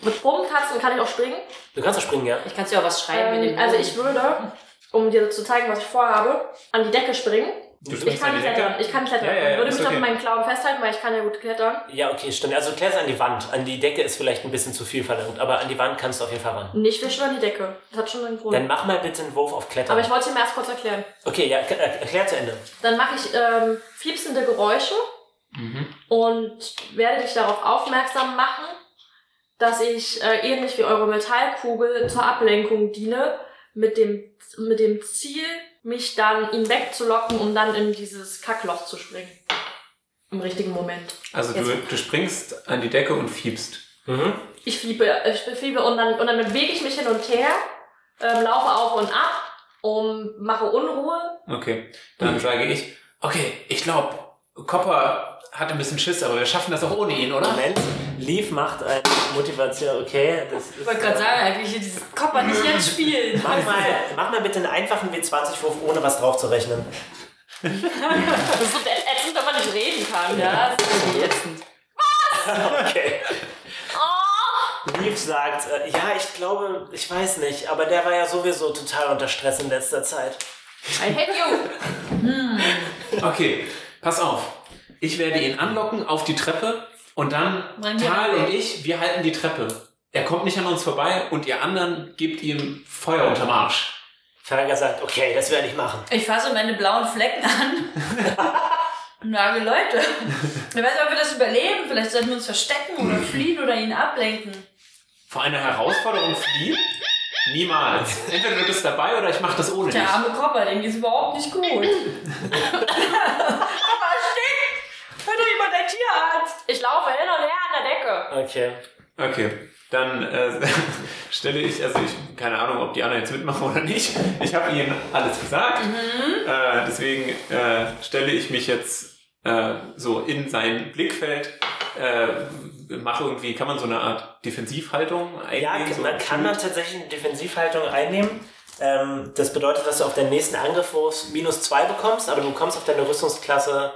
Speaker 3: Mit Brummkatzen kann ich auch springen.
Speaker 2: Du kannst auch springen, ja.
Speaker 1: Ich kann dir auch was schreiben.
Speaker 3: Ähm,
Speaker 1: in dem
Speaker 3: also
Speaker 1: Buch.
Speaker 3: ich würde, um dir zu zeigen, was ich vorhabe, an die Decke springen.
Speaker 4: Du
Speaker 3: Ich
Speaker 4: springst
Speaker 3: kann
Speaker 4: an die Decke.
Speaker 3: klettern. Ich kann klettern.
Speaker 4: Ja, ja, ja,
Speaker 3: würde
Speaker 4: ist
Speaker 3: mich
Speaker 4: okay.
Speaker 3: auf meinen Klauen festhalten, weil ich kann ja gut klettern.
Speaker 2: Ja, okay, stimmt. Also du klärst an die Wand. An die Decke ist vielleicht ein bisschen zu viel verlangt, aber an die Wand kannst du auf jeden Fall ran.
Speaker 3: Nicht wir schon an die Decke. Das hat schon einen Grund.
Speaker 2: Dann mach mal bitte einen Wurf auf Klettern.
Speaker 3: Aber ich wollte es dir mal erst kurz erklären.
Speaker 2: okay, ja, k- äh, erklär zu Ende.
Speaker 3: Dann mache ich ähm, fiepsende Geräusche
Speaker 4: Mhm.
Speaker 3: und werde dich darauf aufmerksam machen, dass ich äh, ähnlich wie eure Metallkugel zur Ablenkung diene, mit dem, mit dem Ziel, mich dann ihn wegzulocken, um dann in dieses Kackloch zu springen. Im richtigen Moment.
Speaker 4: Also du, du springst an die Decke und fiebst.
Speaker 2: Mhm.
Speaker 3: Ich fiebe, ich fiebe und dann, und dann bewege ich mich hin und her, ähm, laufe auf und ab, um, mache Unruhe.
Speaker 4: Okay. Dann sage ich, okay, ich glaube, Copper hat ein bisschen Schiss, aber wir schaffen das auch ohne ihn, oder?
Speaker 2: Moment, Leaf macht eine Motivation. Okay, das ist. äh,
Speaker 1: Ich wollte gerade sagen, eigentlich hier dieses Kopper nicht jetzt
Speaker 2: *laughs*
Speaker 1: spielen.
Speaker 2: Mach mal, mach mal bitte einen einfachen W20-Wurf, ohne was drauf zu rechnen.
Speaker 1: Das ist so ätzend, wenn man nicht reden kann. Ja, das ist irgendwie ätzend.
Speaker 2: Okay. Leaf sagt, äh, ja, ich glaube, ich weiß nicht, aber der war ja sowieso total unter Stress in letzter Zeit.
Speaker 3: I hate you!
Speaker 4: Okay, pass auf. Ich werde ihn anlocken auf die Treppe und dann
Speaker 1: Wollen wir
Speaker 4: Tal
Speaker 1: anlocken?
Speaker 4: und ich, wir halten die Treppe. Er kommt nicht an uns vorbei und ihr anderen gebt ihm Feuer unterm Arsch.
Speaker 2: Ferger sagt, okay, das werde ich machen.
Speaker 5: Ich fasse meine blauen Flecken an. Und sage, Leute, ich weiß nicht, ob wir das überleben. Vielleicht sollten wir uns verstecken oder fliehen oder ihn ablenken.
Speaker 4: Vor einer Herausforderung fliehen? Niemals. Entweder du bist dabei oder ich mache das ohne
Speaker 5: Der
Speaker 4: dich.
Speaker 5: arme Kopper, dem geht's überhaupt nicht *laughs* gut. Kopper, stinkt! Hör doch jemand dein Tierarzt!
Speaker 3: Ich laufe hin und her an der Decke.
Speaker 2: Okay.
Speaker 4: Okay, dann äh, *laughs* stelle ich, also ich, keine Ahnung, ob die anderen jetzt mitmachen oder nicht. Ich habe ihnen alles gesagt.
Speaker 2: Mhm.
Speaker 4: Äh, deswegen äh, stelle ich mich jetzt äh, so in sein Blickfeld. Äh, mache irgendwie, kann man so eine Art Defensivhaltung
Speaker 2: Ja,
Speaker 4: einnehmen? so
Speaker 2: man
Speaker 4: ein
Speaker 2: kann
Speaker 4: Schild?
Speaker 2: dann tatsächlich eine Defensivhaltung einnehmen. Ähm, das bedeutet, dass du auf deinen nächsten Angriff Wurf minus 2 bekommst, aber du bekommst auf deine Rüstungsklasse,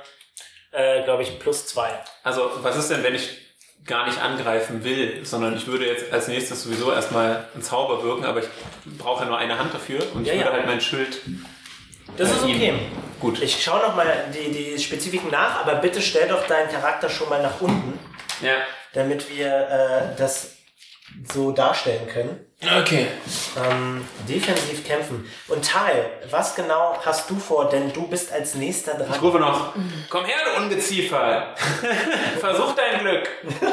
Speaker 2: äh, glaube ich, plus 2.
Speaker 4: Also, was ist denn, wenn ich gar nicht angreifen will, sondern ich würde jetzt als nächstes sowieso erstmal einen Zauber wirken, aber ich brauche ja nur eine Hand dafür und ich
Speaker 2: Ja, ja.
Speaker 4: würde halt mein Schild.
Speaker 2: Das ist
Speaker 4: bei ihm-
Speaker 2: okay.
Speaker 4: Gut.
Speaker 2: Ich schaue nochmal die, die Spezifiken nach, aber bitte stell doch deinen Charakter schon mal nach unten,
Speaker 4: ja.
Speaker 2: damit wir äh, das so darstellen können.
Speaker 4: Okay.
Speaker 2: Ähm, defensiv kämpfen. Und Tal, was genau hast du vor? Denn du bist als nächster
Speaker 4: Ich
Speaker 2: dran.
Speaker 4: rufe noch. Komm her, du Ungeziefer! Versuch dein Glück!
Speaker 1: Oh,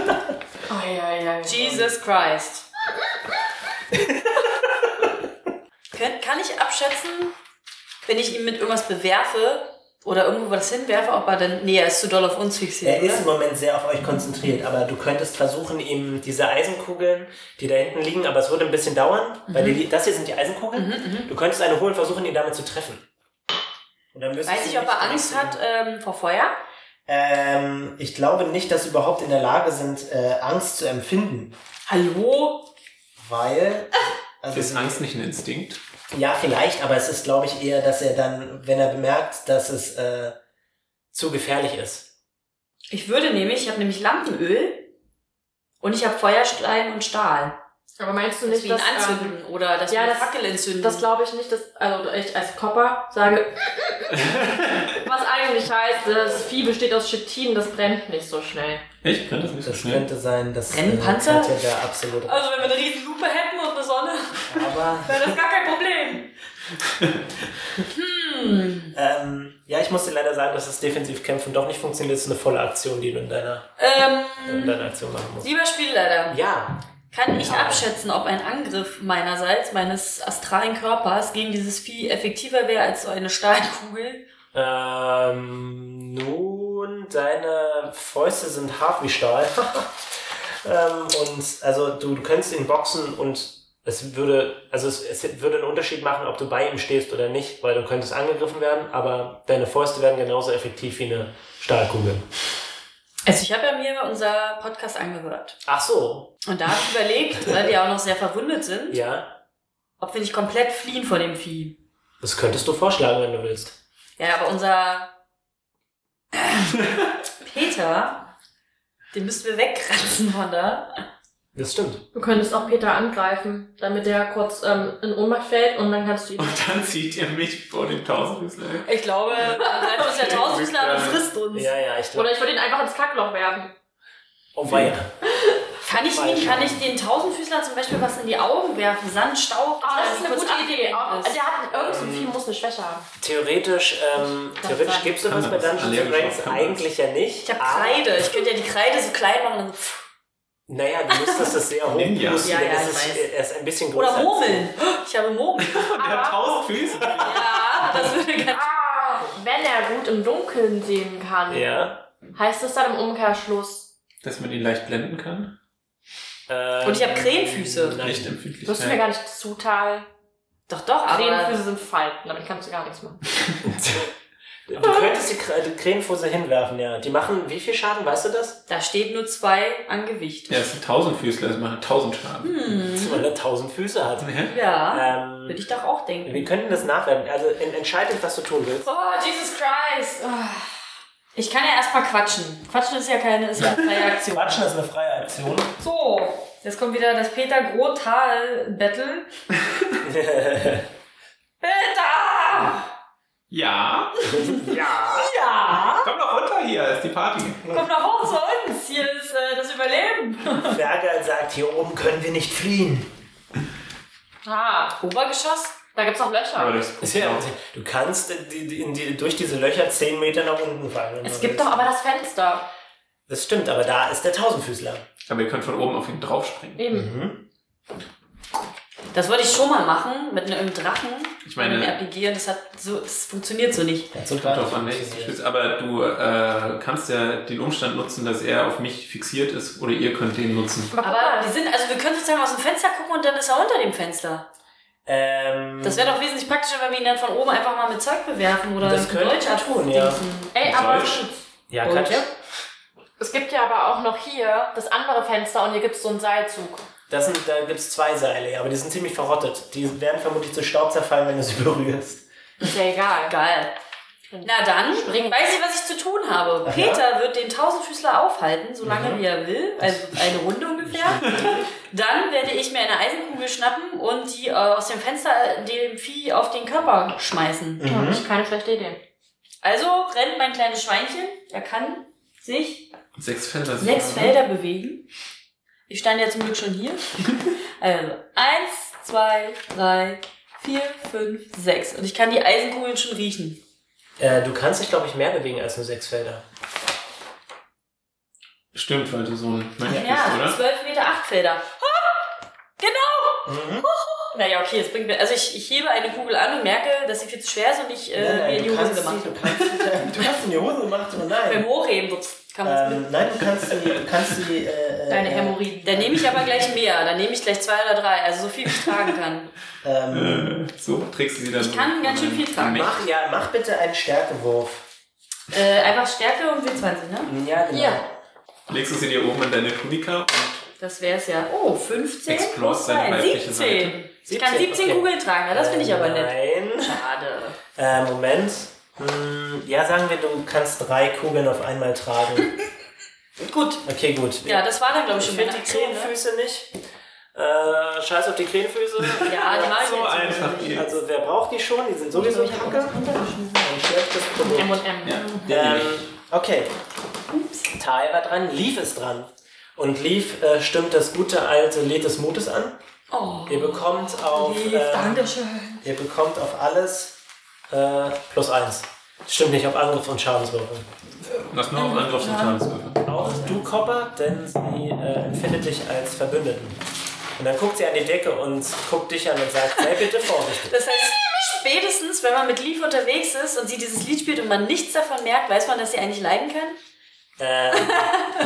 Speaker 1: ja, ja, ja.
Speaker 5: Jesus Christ. *laughs* Kön- Kann ich abschätzen, wenn ich ihn mit irgendwas bewerfe oder irgendwo was hinwerfe, ob er dann. Nee, er ist zu doll auf uns
Speaker 2: Er
Speaker 5: fixiert.
Speaker 2: ist im
Speaker 5: Oder?
Speaker 2: Moment sehr auf euch konzentriert, aber du könntest versuchen, ihm diese Eisenkugeln, die da hinten liegen, aber es würde ein bisschen dauern, weil
Speaker 5: Mhm.
Speaker 2: die, das hier sind die Eisenkugeln. du könntest eine holen, versuchen, ihn damit zu treffen. Und dann müsstest
Speaker 5: Weiß
Speaker 2: du
Speaker 5: ich, ob
Speaker 2: nicht
Speaker 5: er Angst
Speaker 2: direkt-
Speaker 5: hat ähm, vor Feuer?
Speaker 2: Ähm, ich glaube nicht, dass sie überhaupt in der Lage sind, äh, Angst zu empfinden,
Speaker 5: Hallo?
Speaker 2: weil. Also,
Speaker 4: Ist Angst nicht ein Instinkt?
Speaker 2: ja, vielleicht, aber es ist, glaube ich, eher, dass er dann, wenn er bemerkt, dass es äh, zu gefährlich ist.
Speaker 5: Ich würde nämlich, ich habe nämlich Lampenöl und ich habe Feuerstein und Stahl.
Speaker 3: Aber meinst du
Speaker 5: Dass
Speaker 3: nicht,
Speaker 5: wir ihn
Speaker 3: dass...
Speaker 5: anzünden
Speaker 3: Ähm,
Speaker 5: oder dass
Speaker 3: ja,
Speaker 5: wir
Speaker 3: das-
Speaker 5: eine Fackel entzünden.
Speaker 3: das glaube ich nicht, dass... Also ich als Kopper *laughs* sage... was eigentlich heißt, das Vieh besteht aus Chitin, das brennt nicht so schnell.
Speaker 4: Ich kann das nicht so
Speaker 2: Das
Speaker 4: schnell.
Speaker 2: könnte sein, dass.
Speaker 5: Brennen Panzer?
Speaker 2: Katja da absolut.
Speaker 5: *laughs* also wenn wir eine riesen Lupe hätten und eine Sonne,
Speaker 2: Aber.
Speaker 5: wäre das gar kein Problem.
Speaker 2: Ähm, ja, ich muss dir leider sagen, dass das Defensivkämpfen doch nicht funktioniert. Das ist eine volle Aktion, die du in deiner, in
Speaker 5: Ähm,
Speaker 2: deiner Aktion machen musst.
Speaker 5: lieber Spielleiter,
Speaker 2: Ja,
Speaker 5: kann ich
Speaker 2: Ja.
Speaker 5: abschätzen, ob ein Angriff meinerseits, meines astralen Körpers gegen dieses Vieh effektiver wäre als so eine Stahlkugel?
Speaker 2: ähm, nun, deine Fäuste sind hart wie Stahl. *laughs* ähm, und also du, du könntest ihn boxen und es würde, also es, es würde einen Unterschied machen, ob du bei ihm stehst oder nicht, weil du könntest angegriffen werden, aber deine Fäuste werden genauso effektiv wie eine Stahlkugel.
Speaker 5: Also ich habe ja mir unser Podcast angehört.
Speaker 2: Ach so,
Speaker 5: Und da habe
Speaker 3: *laughs*
Speaker 5: ich überlegt, weil die ja auch noch sehr verwundet sind,
Speaker 2: ja,
Speaker 5: ob wir nicht komplett fliehen vor dem Vieh.
Speaker 2: das könntest du vorschlagen, wenn du willst.
Speaker 3: *laughs*
Speaker 5: Ja, aber unser Peter Den müssen wir wegkratzen von da.
Speaker 2: Das stimmt.
Speaker 3: Du könntest auch Peter angreifen, damit der kurz ähm, in Ohnmacht fällt und dann kannst du *laughs* ihn.
Speaker 4: Und dann zieht ihr mich vor dem Tausendfüßler. weg.
Speaker 5: Ich glaube, dann greift uns der Tausendfüßler und frisst uns.
Speaker 2: Ja, ja, ich glaube.
Speaker 3: Oder ich würde ihn einfach ins Kackloch werfen.
Speaker 2: Oh weia.
Speaker 5: Kann ich, ihn, kann ich den Tausendfüßler zum Beispiel was in die Augen werfen? Sand, Staub?
Speaker 3: Ah,
Speaker 5: dass
Speaker 3: das ist
Speaker 5: er
Speaker 3: eine
Speaker 5: kurz
Speaker 3: gute Idee. Ah, also Auch,
Speaker 5: abgelenkt ist?
Speaker 3: der hat irgend so ein Vieh muss eine Schwäche haben.
Speaker 2: Theoretisch, ähm,
Speaker 5: Kann
Speaker 2: theoretisch
Speaker 5: sein.
Speaker 2: gibt's sowas
Speaker 4: Kann
Speaker 2: bei
Speaker 4: das.
Speaker 2: Dungeons and
Speaker 4: Allergisch
Speaker 2: Dragons
Speaker 4: auf kann das.
Speaker 2: eigentlich ja nicht.
Speaker 5: Ich habe
Speaker 2: aber-
Speaker 5: Kreide. Ich könnte ja die Kreide so klein machen. und dann pff.
Speaker 2: Naja, du müsstest das *laughs* sehr hoch
Speaker 4: Ninja.
Speaker 2: musst du-
Speaker 5: Ja, ja,
Speaker 2: das
Speaker 5: ich
Speaker 2: ist, äh,
Speaker 5: weiß.
Speaker 2: Er ist ein bisschen größer.
Speaker 5: Oder Murmeln. Ich habe Murmeln.
Speaker 4: Und der Tausendfüßler.
Speaker 5: Ja, das würde ganz...
Speaker 3: Ah, wenn er gut im Dunkeln sehen kann,
Speaker 2: Ja.
Speaker 3: heißt das dann im Umkehrschluss.
Speaker 4: Dass man ihn leicht blenden kann. Hm.
Speaker 2: Ähm,
Speaker 5: Und ich hab Krähenfüße.
Speaker 2: nein.
Speaker 4: Leicht empfindlich.
Speaker 3: Wirst du mir gar nicht zuteil.
Speaker 5: Doch, doch, aber...
Speaker 3: Krähenfüße sind Falten, damit kannst du gar nichts machen.
Speaker 2: Du könntest die Kr- die Krähenfüße hinwerfen, ja. Die machen wie viel Schaden, weißt du das?
Speaker 5: Da steht nur zwei an Gewicht.
Speaker 4: Ja, es ist ein Tausendfüßler, es macht tausend Schaden.
Speaker 5: Hm,
Speaker 2: Weil er tausend Füße hat.
Speaker 4: Hä?
Speaker 5: ja,
Speaker 2: Ähm,
Speaker 5: würde ich doch auch denken.
Speaker 2: wir könnten das nachwerfen. Also en entscheide dich, was du tun willst.
Speaker 5: Oh, Jesus Christ. Ah. Ich kann ja erstmal quatschen. Quatschen ist ja keine, ist ja freie Aktion.
Speaker 2: Quatschen ist eine freie Aktion.
Speaker 5: So, jetzt kommt wieder das Peter Grotal Battle. Peter! *laughs*
Speaker 4: Ja.
Speaker 2: ja.
Speaker 5: Ja!
Speaker 4: Komm doch runter hier, ist die Party.
Speaker 5: Komm doch hoch zu uns. Hier ist äh, das Überleben.
Speaker 2: *laughs* Fergal sagt, hier oben können wir nicht fliehen.
Speaker 3: Ah,
Speaker 5: Obergeschoss?
Speaker 3: da gibt's noch Löcher.
Speaker 4: Aber durchs
Speaker 2: Ja, du kannst in die, die- in die, durch diese Löcher 10 Meter nach unten fallen. wenn
Speaker 3: Es
Speaker 2: du
Speaker 3: gibt
Speaker 2: willst.
Speaker 3: doch aber das Fenster.
Speaker 2: Das stimmt, aber da ist der Tausendfüßler.
Speaker 4: Aber ihr könnt von oben auf ihn draufspringen.
Speaker 3: Eben.
Speaker 2: Mhm.
Speaker 5: Das wollte ich schon mal machen mit einem Drachen.
Speaker 4: Ich meine-
Speaker 5: Mit einem RPG und das, hat so, das funktioniert so nicht.
Speaker 2: Ganz und
Speaker 4: Kommt
Speaker 2: gar
Speaker 4: drauf
Speaker 2: nicht
Speaker 4: an, welches du
Speaker 2: funktioniert.
Speaker 4: spielst. Aber du äh, kannst ja den Umstand nutzen, dass er auf mich fixiert ist oder ihr könnt den nutzen.
Speaker 3: Aber, guck
Speaker 5: Aber
Speaker 3: mal,
Speaker 5: wir sind, also wir können sozusagen aus dem Fenster gucken und dann ist er unter dem Fenster.
Speaker 2: Ähm,
Speaker 5: Das wäre doch wesentlich praktischer, wenn wir ihn dann von oben einfach mal mit Zeug bewerfen oder
Speaker 2: Das
Speaker 5: mit
Speaker 2: könnte
Speaker 5: Deutsch
Speaker 2: man tun, ja.
Speaker 5: abdingsen.
Speaker 3: ey, aber
Speaker 4: Deutsch.
Speaker 2: Ja,
Speaker 5: Und-
Speaker 2: Katja?
Speaker 3: es gibt ja aber auch noch hier das andere Fenster und hier gibt's so einen Seilzug.
Speaker 2: Das sind, da gibt es zwei Seile, aber die sind ziemlich verrottet. Die werden vermutlich zu Staub zerfallen, wenn du sie *laughs* berührst.
Speaker 3: Ist ja egal.
Speaker 5: Geil. Na dann,
Speaker 3: Springen.
Speaker 5: weiß ich, was ich zu tun habe.
Speaker 2: Aha.
Speaker 5: Peter wird den Tausendfüßler aufhalten, solange wie er will, also eine Runde ungefähr. dann werde ich mir eine Eisenkugel schnappen und die äh, aus dem Fenster dem Vieh auf den Körper schmeißen.
Speaker 2: Mhm.
Speaker 3: Ja, ist keine schlechte Idee.
Speaker 5: Also rennt mein kleines Schweinchen, er kann sich
Speaker 4: Sechs Felder sind
Speaker 5: sechs
Speaker 4: da, ne?
Speaker 5: Felder bewegen. Ich stand ja zum Glück schon hier. also eins, zwei, drei, vier, fünf, sechs. Und ich kann die Eisenkugeln schon riechen.
Speaker 2: Äh, du kannst dich, glaube ich, mehr bewegen als nur sechs Felder.
Speaker 4: Stimmt, weil du so ein Mensch bist,
Speaker 5: Ja,
Speaker 2: ne?
Speaker 4: oder?
Speaker 5: 12 Meter 8 Felder. Ah, Genau!
Speaker 2: Mhm.
Speaker 5: Naja, okay, jetzt bringt mir. Also ich, ich hebe eine Kugel an und merke, dass sie viel zu schwer ist und ich äh, mir in die
Speaker 2: du,
Speaker 5: Hose
Speaker 2: kannst
Speaker 5: gemacht
Speaker 2: sie, du, kannst, sie- du hast in die Hose gemacht, aber
Speaker 5: habe. Beim
Speaker 2: nein.
Speaker 5: Hochheben, so, pff, kann man
Speaker 2: Ähm, nein, du kannst sie, du kannst sie äh, äh,
Speaker 3: Deine
Speaker 2: äh,
Speaker 3: Hämorrhoiden.
Speaker 5: Dann nehme ich aber gleich mehr. Dann nehme ich gleich zwei oder drei. Also so viel ich tragen
Speaker 2: *laughs*
Speaker 5: kann.
Speaker 2: ähm,
Speaker 4: Äh, so trägst du sie dann.
Speaker 5: Ich kann ganz schön viel tragen.
Speaker 4: Nicht.
Speaker 2: mach, ja, mach bitte einen Stärkewurf.
Speaker 5: äh, einfach Stärke und W20, ne?
Speaker 2: Ja, genau.
Speaker 3: Hier.
Speaker 4: Legst du sie dir oben in deine Tunika
Speaker 5: Das wäre es ja. Oh, 15
Speaker 4: Explore
Speaker 5: plus
Speaker 4: seine
Speaker 5: 3.
Speaker 4: weibliche
Speaker 5: 17.
Speaker 4: Seite.
Speaker 5: Ich kann
Speaker 2: 17,
Speaker 5: 17
Speaker 2: okay.
Speaker 5: Kugeln tragen. Ja, das finde ich aber nett.
Speaker 2: Nein.
Speaker 5: Schade.
Speaker 2: Äh, Moment. Hm, ja, sagen wir, du kannst drei Kugeln auf einmal tragen.
Speaker 5: *laughs* Gut.
Speaker 2: Okay, gut.
Speaker 5: Ja, das war dann, glaube ich,
Speaker 2: ich
Speaker 5: schon
Speaker 2: finde
Speaker 5: meine
Speaker 2: die
Speaker 5: Aktion, ne?
Speaker 2: Krähenfüße nicht. Äh, scheiß auf die Krähenfüße.
Speaker 5: Ja, die mache ich
Speaker 4: So
Speaker 5: jetzt.
Speaker 4: einfach hier.
Speaker 2: Also wer braucht die schon? Die sind sowieso die Hacke. Ein schlechtes Produkt.
Speaker 3: M&M.
Speaker 4: Ja, der
Speaker 2: Ähm,
Speaker 4: nicht.
Speaker 2: okay. Tai war dran, Leaf ist dran. Und Leaf äh, stimmt das gute alte Lied des Mutes an.
Speaker 5: Oh,
Speaker 2: Ihr bekommt auf,
Speaker 5: lieb,
Speaker 2: äh,
Speaker 5: Dankeschön.
Speaker 2: ihr bekommt auf alles äh, plus eins. Stimmt nicht auf Angriff und Schadenswirkung.
Speaker 4: Was nur auf Angriff und Schadenswürfe.
Speaker 2: Auch du, Copper, denn sie äh, empfindet dich als Verbündeten. Und dann guckt sie an die Decke und guckt dich an und sagt, sei bitte
Speaker 5: *laughs*
Speaker 2: vorsichtig.
Speaker 5: Das heißt, spätestens, wenn man mit Leaf unterwegs ist und sie dieses Lied spielt und man nichts davon merkt, weiß man, dass sie eigentlich leiden kann.
Speaker 2: Ähm,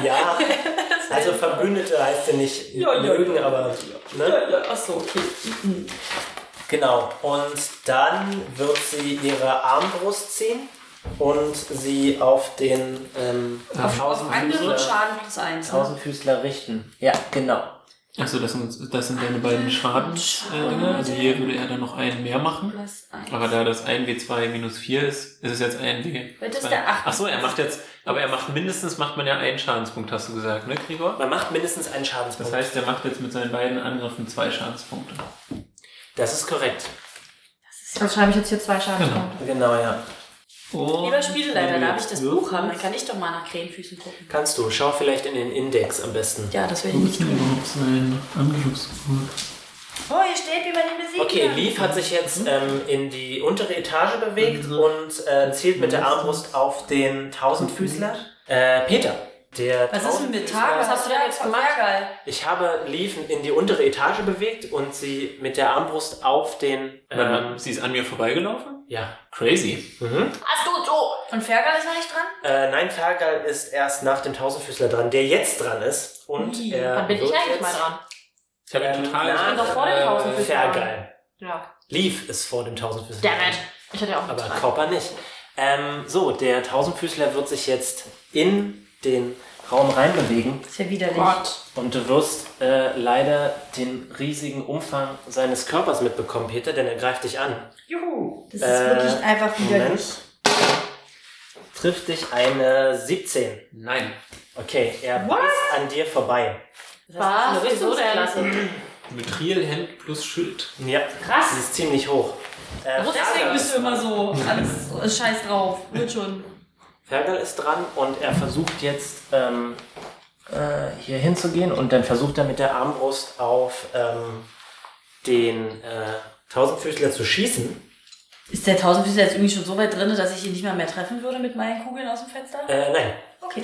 Speaker 2: ja, also Verbündete heißt ja nicht mögen, aber... Ne?
Speaker 5: ja. Achso, okay. Mhm.
Speaker 2: Genau, und dann wird sie ihre Armbrust ziehen und sie auf den ähm,
Speaker 5: Auf Angriff und Schaden plus eins. Ne?
Speaker 2: Tausendfüßler richten. Ja, genau.
Speaker 6: Achso, das sind, das sind deine beiden Schadensdinger. Also hier würde er dann noch einen mehr machen.
Speaker 5: Plus eins.
Speaker 6: Aber da das 1W2 minus 4 ist, ist es jetzt 1W.
Speaker 5: Wird es der acht?
Speaker 6: Achso, er macht jetzt, aber er macht mindestens, macht man ja einen Schadenspunkt, hast du gesagt, ne, Gregor?
Speaker 2: Man macht mindestens einen Schadenspunkt.
Speaker 6: Das heißt, er macht jetzt mit seinen beiden Angriffen zwei Schadenspunkte.
Speaker 2: das ist korrekt.
Speaker 3: Also schreibe ich jetzt hier zwei Schadenspunkte.
Speaker 2: Genau, ja.
Speaker 6: Und
Speaker 5: Lieber Spieleleiter, darf ich das
Speaker 6: wir-
Speaker 5: Buch haben? Dann kann ich doch mal nach Krähenfüßen gucken.
Speaker 2: Kannst du. Schau vielleicht in den Index am besten.
Speaker 5: Ja, das werde
Speaker 6: Wo
Speaker 5: ich
Speaker 6: ist
Speaker 5: nicht
Speaker 6: denn
Speaker 5: tun.
Speaker 6: überhaupt sein Angriffsbuch?
Speaker 5: Oh, hier steht, wie man den besiegt.
Speaker 2: Okay, Leaf hat sich
Speaker 3: Mhm.
Speaker 2: jetzt ähm, in die untere Etage bewegt und äh, zielt mit
Speaker 3: Mhm.
Speaker 2: der Armbrust auf den Tausendfüßler. Äh, Peter. Der
Speaker 5: Was ist denn mit Tag?
Speaker 3: Was hast du Mhm. denn jetzt gemacht?
Speaker 5: geil.
Speaker 2: Ich habe Leaf in die untere Etage bewegt und sie mit der Armbrust auf den.
Speaker 6: Warte
Speaker 2: Ähm,
Speaker 6: mal, Sie ist an mir vorbeigelaufen?
Speaker 2: ja. Mhm.
Speaker 6: Crazy.
Speaker 3: Hast du so?
Speaker 5: Und Fergal ist noch nicht dran?
Speaker 2: Äh, nein, Fergal ist erst nach dem Tausendfüßler dran, der jetzt dran ist. Und er
Speaker 3: Dann bin ich
Speaker 2: wird
Speaker 3: eigentlich
Speaker 2: jetzt
Speaker 3: mal dran.
Speaker 6: Ich habe
Speaker 2: Ähm,
Speaker 6: ihn total.
Speaker 2: nein.
Speaker 3: Ich bin doch vor den
Speaker 6: äh,
Speaker 3: Tausendfüßler.
Speaker 2: Fergal.
Speaker 3: Ja.
Speaker 2: Leaf ist vor dem Tausendfüßler.
Speaker 3: Damn it.
Speaker 2: dran.
Speaker 3: Ich hatte ja auch
Speaker 2: Aber
Speaker 3: einen dran.
Speaker 2: Copper nicht. Ähm, so, der Tausendfüßler wird sich jetzt in den Raum reinbewegen
Speaker 5: Ist ja widerlich.
Speaker 3: Gott.
Speaker 2: und du wirst äh, leider den riesigen Umfang seines Körpers mitbekommen, Peter, denn er greift dich an.
Speaker 5: Juhu.
Speaker 7: Das ist
Speaker 2: Äh,
Speaker 7: wirklich einfach widerlich.
Speaker 2: Moment. Trifft dich eine 17.
Speaker 6: Nein.
Speaker 2: Okay, er beißt an dir vorbei.
Speaker 3: Was? Wieso denn?
Speaker 6: Mit Rielhemd plus Schild.
Speaker 2: Ja.
Speaker 3: Krass.
Speaker 2: Sie ist ziemlich hoch. Äh,
Speaker 5: Deswegen
Speaker 2: Fergal
Speaker 5: bist du immer so alles scheiß drauf. Wird schon.
Speaker 2: Fergal ist dran und er versucht jetzt ähm, äh, hier hinzugehen und dann versucht er mit der Armbrust auf ähm, den äh, Tausendfüßler zu schießen.
Speaker 5: Ist der Tausendfüßler jetzt irgendwie schon so weit drin, dass ich ihn nicht mal mehr treffen würde mit meinen Kugeln aus dem Fenster?
Speaker 2: Äh, nein,
Speaker 5: Okay.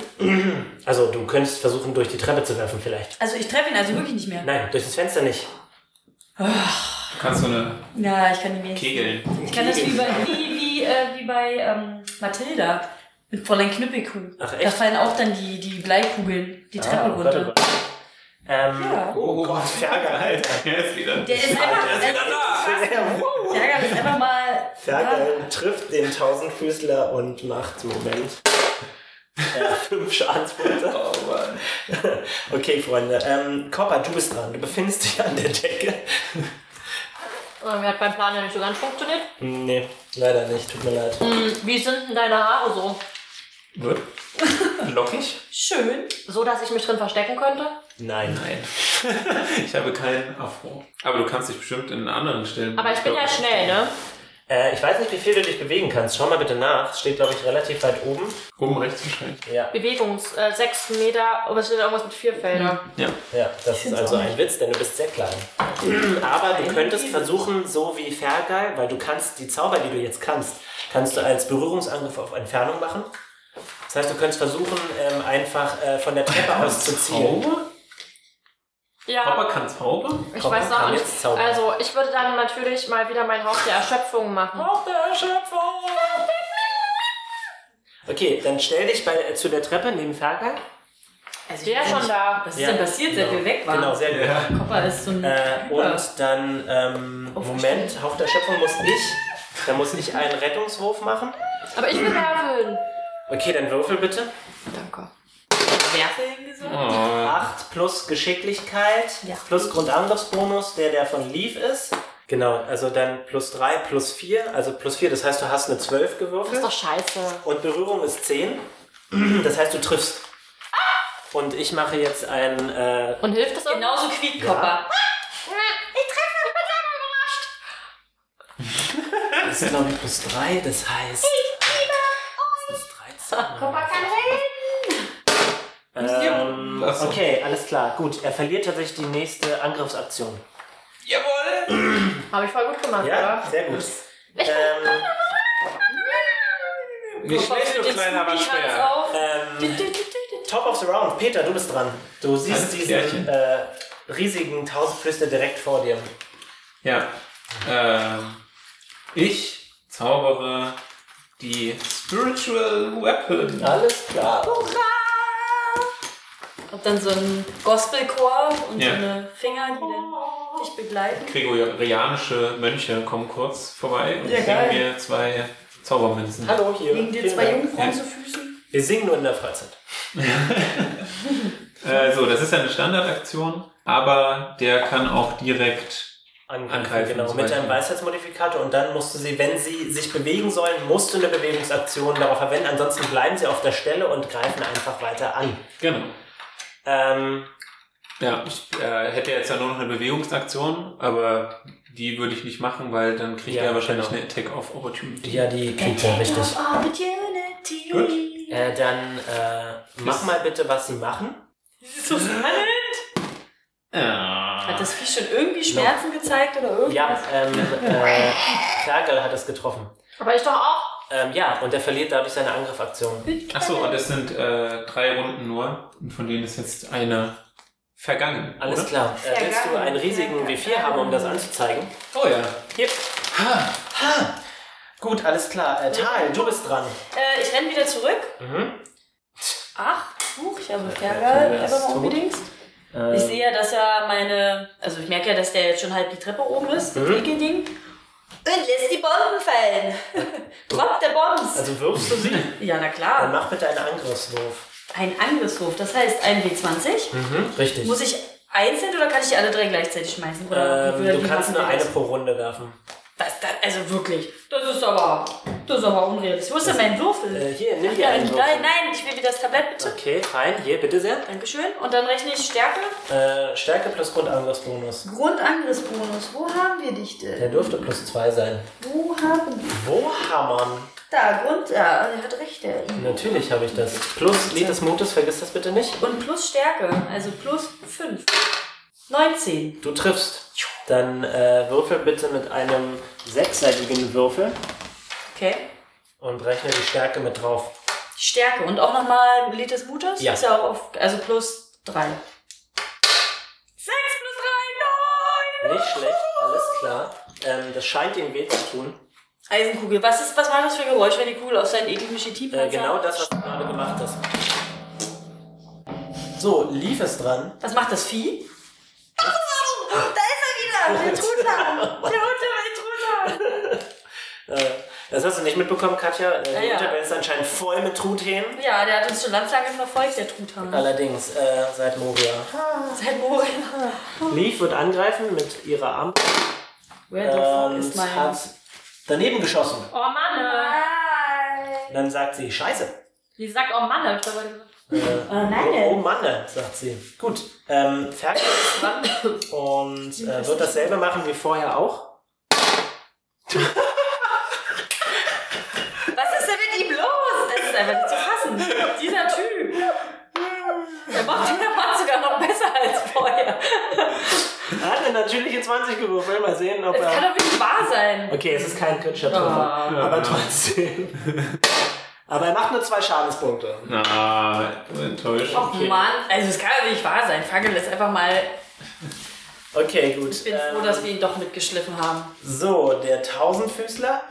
Speaker 2: also du könntest versuchen, durch die Treppe zu werfen vielleicht.
Speaker 5: Also ich treffe ihn also wirklich nicht mehr.
Speaker 2: Nein, durch das Fenster nicht.
Speaker 4: Du kannst so eine
Speaker 5: Ja, ich kann ihn mir
Speaker 4: Kegeln.
Speaker 5: Ich kann das wie bei, wie, wie, äh, wie bei ähm, Mathilda mit Fräulein Knüppelkuh.
Speaker 2: Ach,
Speaker 5: Da
Speaker 2: echt?
Speaker 5: fallen auch dann die, die Bleikugeln die Treppe
Speaker 2: Ah,
Speaker 5: runter.
Speaker 2: Gott, oh Gott. Ähm,
Speaker 5: Ja.
Speaker 4: Oh Gott, *laughs*
Speaker 2: Fergal, Alter.
Speaker 4: Er ist wieder.
Speaker 5: Der ist einfach. Der ist krass. Der Ärger ist einfach mal.
Speaker 2: Fergal trifft den Tausendfüßler und macht, Moment, äh, *laughs* fünf Schadenspunkte. *laughs*
Speaker 4: Oh Mann.
Speaker 2: Okay, Freunde. Ähm, Copper, du bist dran. Du befindest dich an der Decke.
Speaker 3: Äh, Mir hat beim Plan ja nicht so ganz funktioniert.
Speaker 2: Nee, leider nicht. Tut mir leid.
Speaker 3: Hm, Wie sind denn deine Haare so?
Speaker 4: Lockig?
Speaker 5: Schön.
Speaker 3: So, dass ich mich drin verstecken könnte?
Speaker 2: Nein.
Speaker 4: Nein. ich habe keinen Afro. Aber du kannst dich bestimmt in anderen Stellen.
Speaker 3: Aber ich bin ja schnell, ne?
Speaker 2: Äh, ich weiß nicht, wie viel du dich bewegen kannst. Schau mal bitte nach. Es Steht, glaube ich, relativ weit oben.
Speaker 4: Oben rechts wahrscheinlich.
Speaker 2: Ja,
Speaker 3: Bewegungs, äh, 6 Meter, aber es steht irgendwas mit vier Feldern.
Speaker 2: Hm. ja. Das ist also ein Witz, denn du bist sehr klein. *clears throat* Aber du könntest versuchen, so wie Fergal, weil du kannst die Zauber, die du jetzt kannst, kannst du als Berührungsangriff auf Entfernung machen. Das heißt, du könntest versuchen, ähm, einfach äh, von der Treppe aus zu ziehen.
Speaker 6: Zauber?
Speaker 3: Ja,
Speaker 6: Papa kann Zauber?
Speaker 3: ich
Speaker 2: Komm,
Speaker 3: weiß auch
Speaker 2: kann
Speaker 3: nicht.
Speaker 2: jetzt zaubern.
Speaker 3: Also, ich würde dann natürlich mal wieder mein Haus der Erschöpfung machen.
Speaker 2: Auf der Erschöpfung! Okay, dann stell dich bei, äh, zu der Treppe neben Fergal.
Speaker 5: Also
Speaker 3: Der ist schon da.
Speaker 5: Was ist
Speaker 2: Ja,
Speaker 5: denn passiert, seit wir weg waren?
Speaker 2: Genau, sehr gut.
Speaker 5: Kopper ist so ein.
Speaker 2: Äh, und dann, ähm, Moment, Hauch der Schöpfung muss ich. Dann muss ich einen Rettungswurf machen.
Speaker 3: Aber ich will werfen.
Speaker 2: Okay, dann würfel bitte.
Speaker 3: Danke.
Speaker 5: Werfeln gesagt?
Speaker 6: Oh.
Speaker 2: 8 plus Geschicklichkeit,
Speaker 3: Ja.
Speaker 2: plus Grundangriffsbonus, der der von Leaf ist. Genau, also dann plus 3, plus 4, also plus 4, das heißt, du hast eine 12
Speaker 3: Das ist
Speaker 2: gewürfelt.
Speaker 3: doch scheiße.
Speaker 2: Und Berührung ist 10. Das heißt, du triffst. Und ich mache jetzt ein, äh,
Speaker 3: Und hilft das irgendwas? Hm,
Speaker 5: Genauso quiekt Kopper.
Speaker 2: das ist glaube ich plus 3, das heißt. das ist 13. Ähm,
Speaker 4: Ach so.
Speaker 2: okay, alles klar. Gut, er verliert tatsächlich die nächste Angriffsaktion.
Speaker 4: Jawohl!
Speaker 3: Habe ich voll gut gemacht, oder?
Speaker 2: sehr gut. Ähm,
Speaker 4: Nicht schlecht, nur klein, aber schwer.
Speaker 5: auf.
Speaker 2: ähm, top of the round. Peter, du bist dran. Du siehst
Speaker 4: Alles
Speaker 2: diesen
Speaker 4: Klärchen.
Speaker 2: äh, riesigen Tausendflüster direkt vor dir.
Speaker 4: Ja. Ähm, ich zaubere die Spiritual Weapon.
Speaker 2: Alles klar.
Speaker 5: Und dann so ein Gospelchor und
Speaker 4: Ja.
Speaker 5: so eine Finger, die dann dich begleiten.
Speaker 4: Gregorianische Mönche kommen kurz vorbei und
Speaker 5: Ja,
Speaker 4: bringen
Speaker 5: geil.
Speaker 4: mir zwei Zaubermünzen.
Speaker 2: Hallo hier.
Speaker 5: Liegen dir
Speaker 2: Vielen
Speaker 5: zwei
Speaker 2: Dank.
Speaker 5: Jungfrauen zu Füßen?
Speaker 2: Wir singen nur in der Freizeit.
Speaker 4: Äh, so, das ist ja eine Standardaktion, aber der kann auch direkt.
Speaker 2: Angreifen,
Speaker 4: Angreifen
Speaker 2: genau.
Speaker 4: zum
Speaker 2: Mit einem
Speaker 4: Beispiel.
Speaker 2: Weisheitsmodifikator und dann musst du sie, wenn sie sich bewegen sollen, musst du eine Bewegungsaktion darauf verwenden. Ansonsten bleiben sie auf der Stelle und greifen einfach weiter an.
Speaker 4: Genau.
Speaker 2: Ähm,
Speaker 4: Ja, ich äh, hätte jetzt ja nur noch eine Bewegungsaktion, aber die würde ich nicht machen, weil dann kriegt
Speaker 2: Ja,
Speaker 4: er wahrscheinlich
Speaker 2: genau.
Speaker 4: eine Attack-Off-Opportunity.
Speaker 2: ja, die kriegt ja richtig.
Speaker 5: Opportunity.
Speaker 4: Gut.
Speaker 2: Äh, dann äh, mach mal bitte, was sie machen.
Speaker 5: Hat das Vieh schon irgendwie Schmerzen gezeigt oder irgendwas?
Speaker 2: Ja, ähm, äh, Fergal hat es getroffen.
Speaker 3: Aber ich doch auch.
Speaker 2: Ähm, ja, und er verliert dadurch seine Angriffaktion.
Speaker 4: Achso, und es sind äh, drei Runden nur, und von denen ist jetzt eine vergangen.
Speaker 2: Alles
Speaker 4: oder?
Speaker 2: klar. Äh, willst du einen riesigen W4 haben, um das anzuzeigen?
Speaker 4: Oh ja.
Speaker 2: Hier. Gut, alles klar. Äh, Tal, du bist dran.
Speaker 5: Äh, ich renne wieder zurück.
Speaker 2: Mhm.
Speaker 5: Ach, huch, ich habe
Speaker 2: Ja,
Speaker 5: Fergal
Speaker 2: der ist
Speaker 5: einfach mal
Speaker 2: tot.
Speaker 5: unbedingt.
Speaker 2: Ähm,
Speaker 5: Ich sehe ja, dass er meine. Also ich merke ja, dass der jetzt schon halb die Treppe oben ist, das
Speaker 2: Mhm.
Speaker 5: Ekelding. Und lässt die
Speaker 2: *laughs*
Speaker 5: Bomben fallen. Drop der Bombs.
Speaker 2: Also wirfst du *laughs* sie?
Speaker 5: ja, na
Speaker 2: Dann
Speaker 5: klar.
Speaker 2: mach bitte einen Angriffswurf.
Speaker 5: Ein Angriffswurf, das heißt ein W20.
Speaker 2: Mhm. Richtig.
Speaker 5: Muss ich einzeln oder kann ich die alle drei gleichzeitig schmeißen? Oder wie
Speaker 2: ähm,
Speaker 5: würde
Speaker 2: du
Speaker 5: die
Speaker 2: kannst
Speaker 5: machen,
Speaker 2: nur
Speaker 5: die
Speaker 2: eine
Speaker 5: das?
Speaker 2: pro Runde werfen.
Speaker 5: Was da, also wirklich, das ist aber, das ist aber unrealistisch. Wo ist denn mein Würfel?
Speaker 2: Äh, hier, nimm dir
Speaker 5: ja,
Speaker 2: einen
Speaker 5: nein,
Speaker 2: Würfel.
Speaker 5: nein, ich will wieder das Tablett, bitte.
Speaker 2: Okay, fein. Hier, bitte sehr.
Speaker 5: Dankeschön. Und dann rechne ich Stärke.
Speaker 2: Äh, Stärke plus Grundangriffsbonus.
Speaker 5: Grundangriffsbonus, wo haben wir dich
Speaker 2: Der
Speaker 5: denn?
Speaker 2: dürfte plus zwei sein.
Speaker 5: Wo haben wir
Speaker 2: Wo hammern?
Speaker 5: Da, Grund, ja, er hat recht, der Ivo.
Speaker 2: Natürlich habe ich das. Plus Lied des Mutes, vergiss das bitte nicht.
Speaker 5: Und plus Stärke, also plus 5. 19.
Speaker 2: Du triffst. Dann äh, würfel bitte mit einem sechsseitigen Würfel
Speaker 5: Okay.
Speaker 2: und rechne die Stärke mit drauf.
Speaker 5: Stärke und auch nochmal Lied des Mutes.
Speaker 2: Ja.
Speaker 5: Ist ja auch auf, also plus 3. 6 plus 3, nein!
Speaker 2: Nicht schlecht, alles klar. Ähm, das scheint ihm weh zu tun.
Speaker 5: Eisenkugel. Was, ist, was macht das für ein Geräusch, wenn die Kugel auf seinen ekligen Chitin
Speaker 2: Äh, genau das, was du gerade gemacht hast. So, lief es dran.
Speaker 5: Was macht das Vieh? Oh, da ist er wieder! Der Truthahn! Der untere Truthahn!
Speaker 2: Äh, das hast du nicht mitbekommen, Katja. Äh, die
Speaker 5: Ja, ja.
Speaker 2: Unterwelt ist anscheinend voll mit Truthähnen.
Speaker 5: Ja, der hat uns schon ganz lange verfolgt, der Truthahn.
Speaker 2: Allerdings, äh, seit Moria.
Speaker 5: Seit Morin.
Speaker 2: Leaf wird angreifen mit ihrer Ampel
Speaker 5: Where the fuck is
Speaker 2: und
Speaker 5: my...
Speaker 2: hat daneben geschossen.
Speaker 3: Oh Mann.
Speaker 2: Und dann sagt sie, scheiße.
Speaker 3: Die sagt, oh Mann. Ich glaube,
Speaker 2: Äh,
Speaker 5: nein.
Speaker 2: Oh, oh Mann, sagt sie. Gut, ähm, Ferkel ist dran und äh, wird dasselbe machen wie vorher auch.
Speaker 5: Was ist denn mit ihm los? Das ist einfach nicht zu fassen. Dieser Typ. Der macht, *laughs* der macht sogar noch besser als vorher.
Speaker 2: Er hat eine natürliche 20 gewürfelt. Mal sehen, ob
Speaker 5: Das kann
Speaker 2: er...
Speaker 5: doch nicht wahr sein.
Speaker 2: Okay, es ist kein kritischer Treffer.
Speaker 5: Ah.
Speaker 2: Aber trotzdem. *laughs* Aber er macht nur zwei Schadenspunkte.
Speaker 4: Na, enttäuscht.
Speaker 5: Och Mann, also es kann doch nicht wahr sein. Fagel ist einfach mal.
Speaker 2: Okay, gut.
Speaker 5: Ich bin
Speaker 2: Ähm,
Speaker 5: froh, dass wir ihn doch mitgeschliffen haben.
Speaker 2: so, der Tausendfüßler
Speaker 4: Hat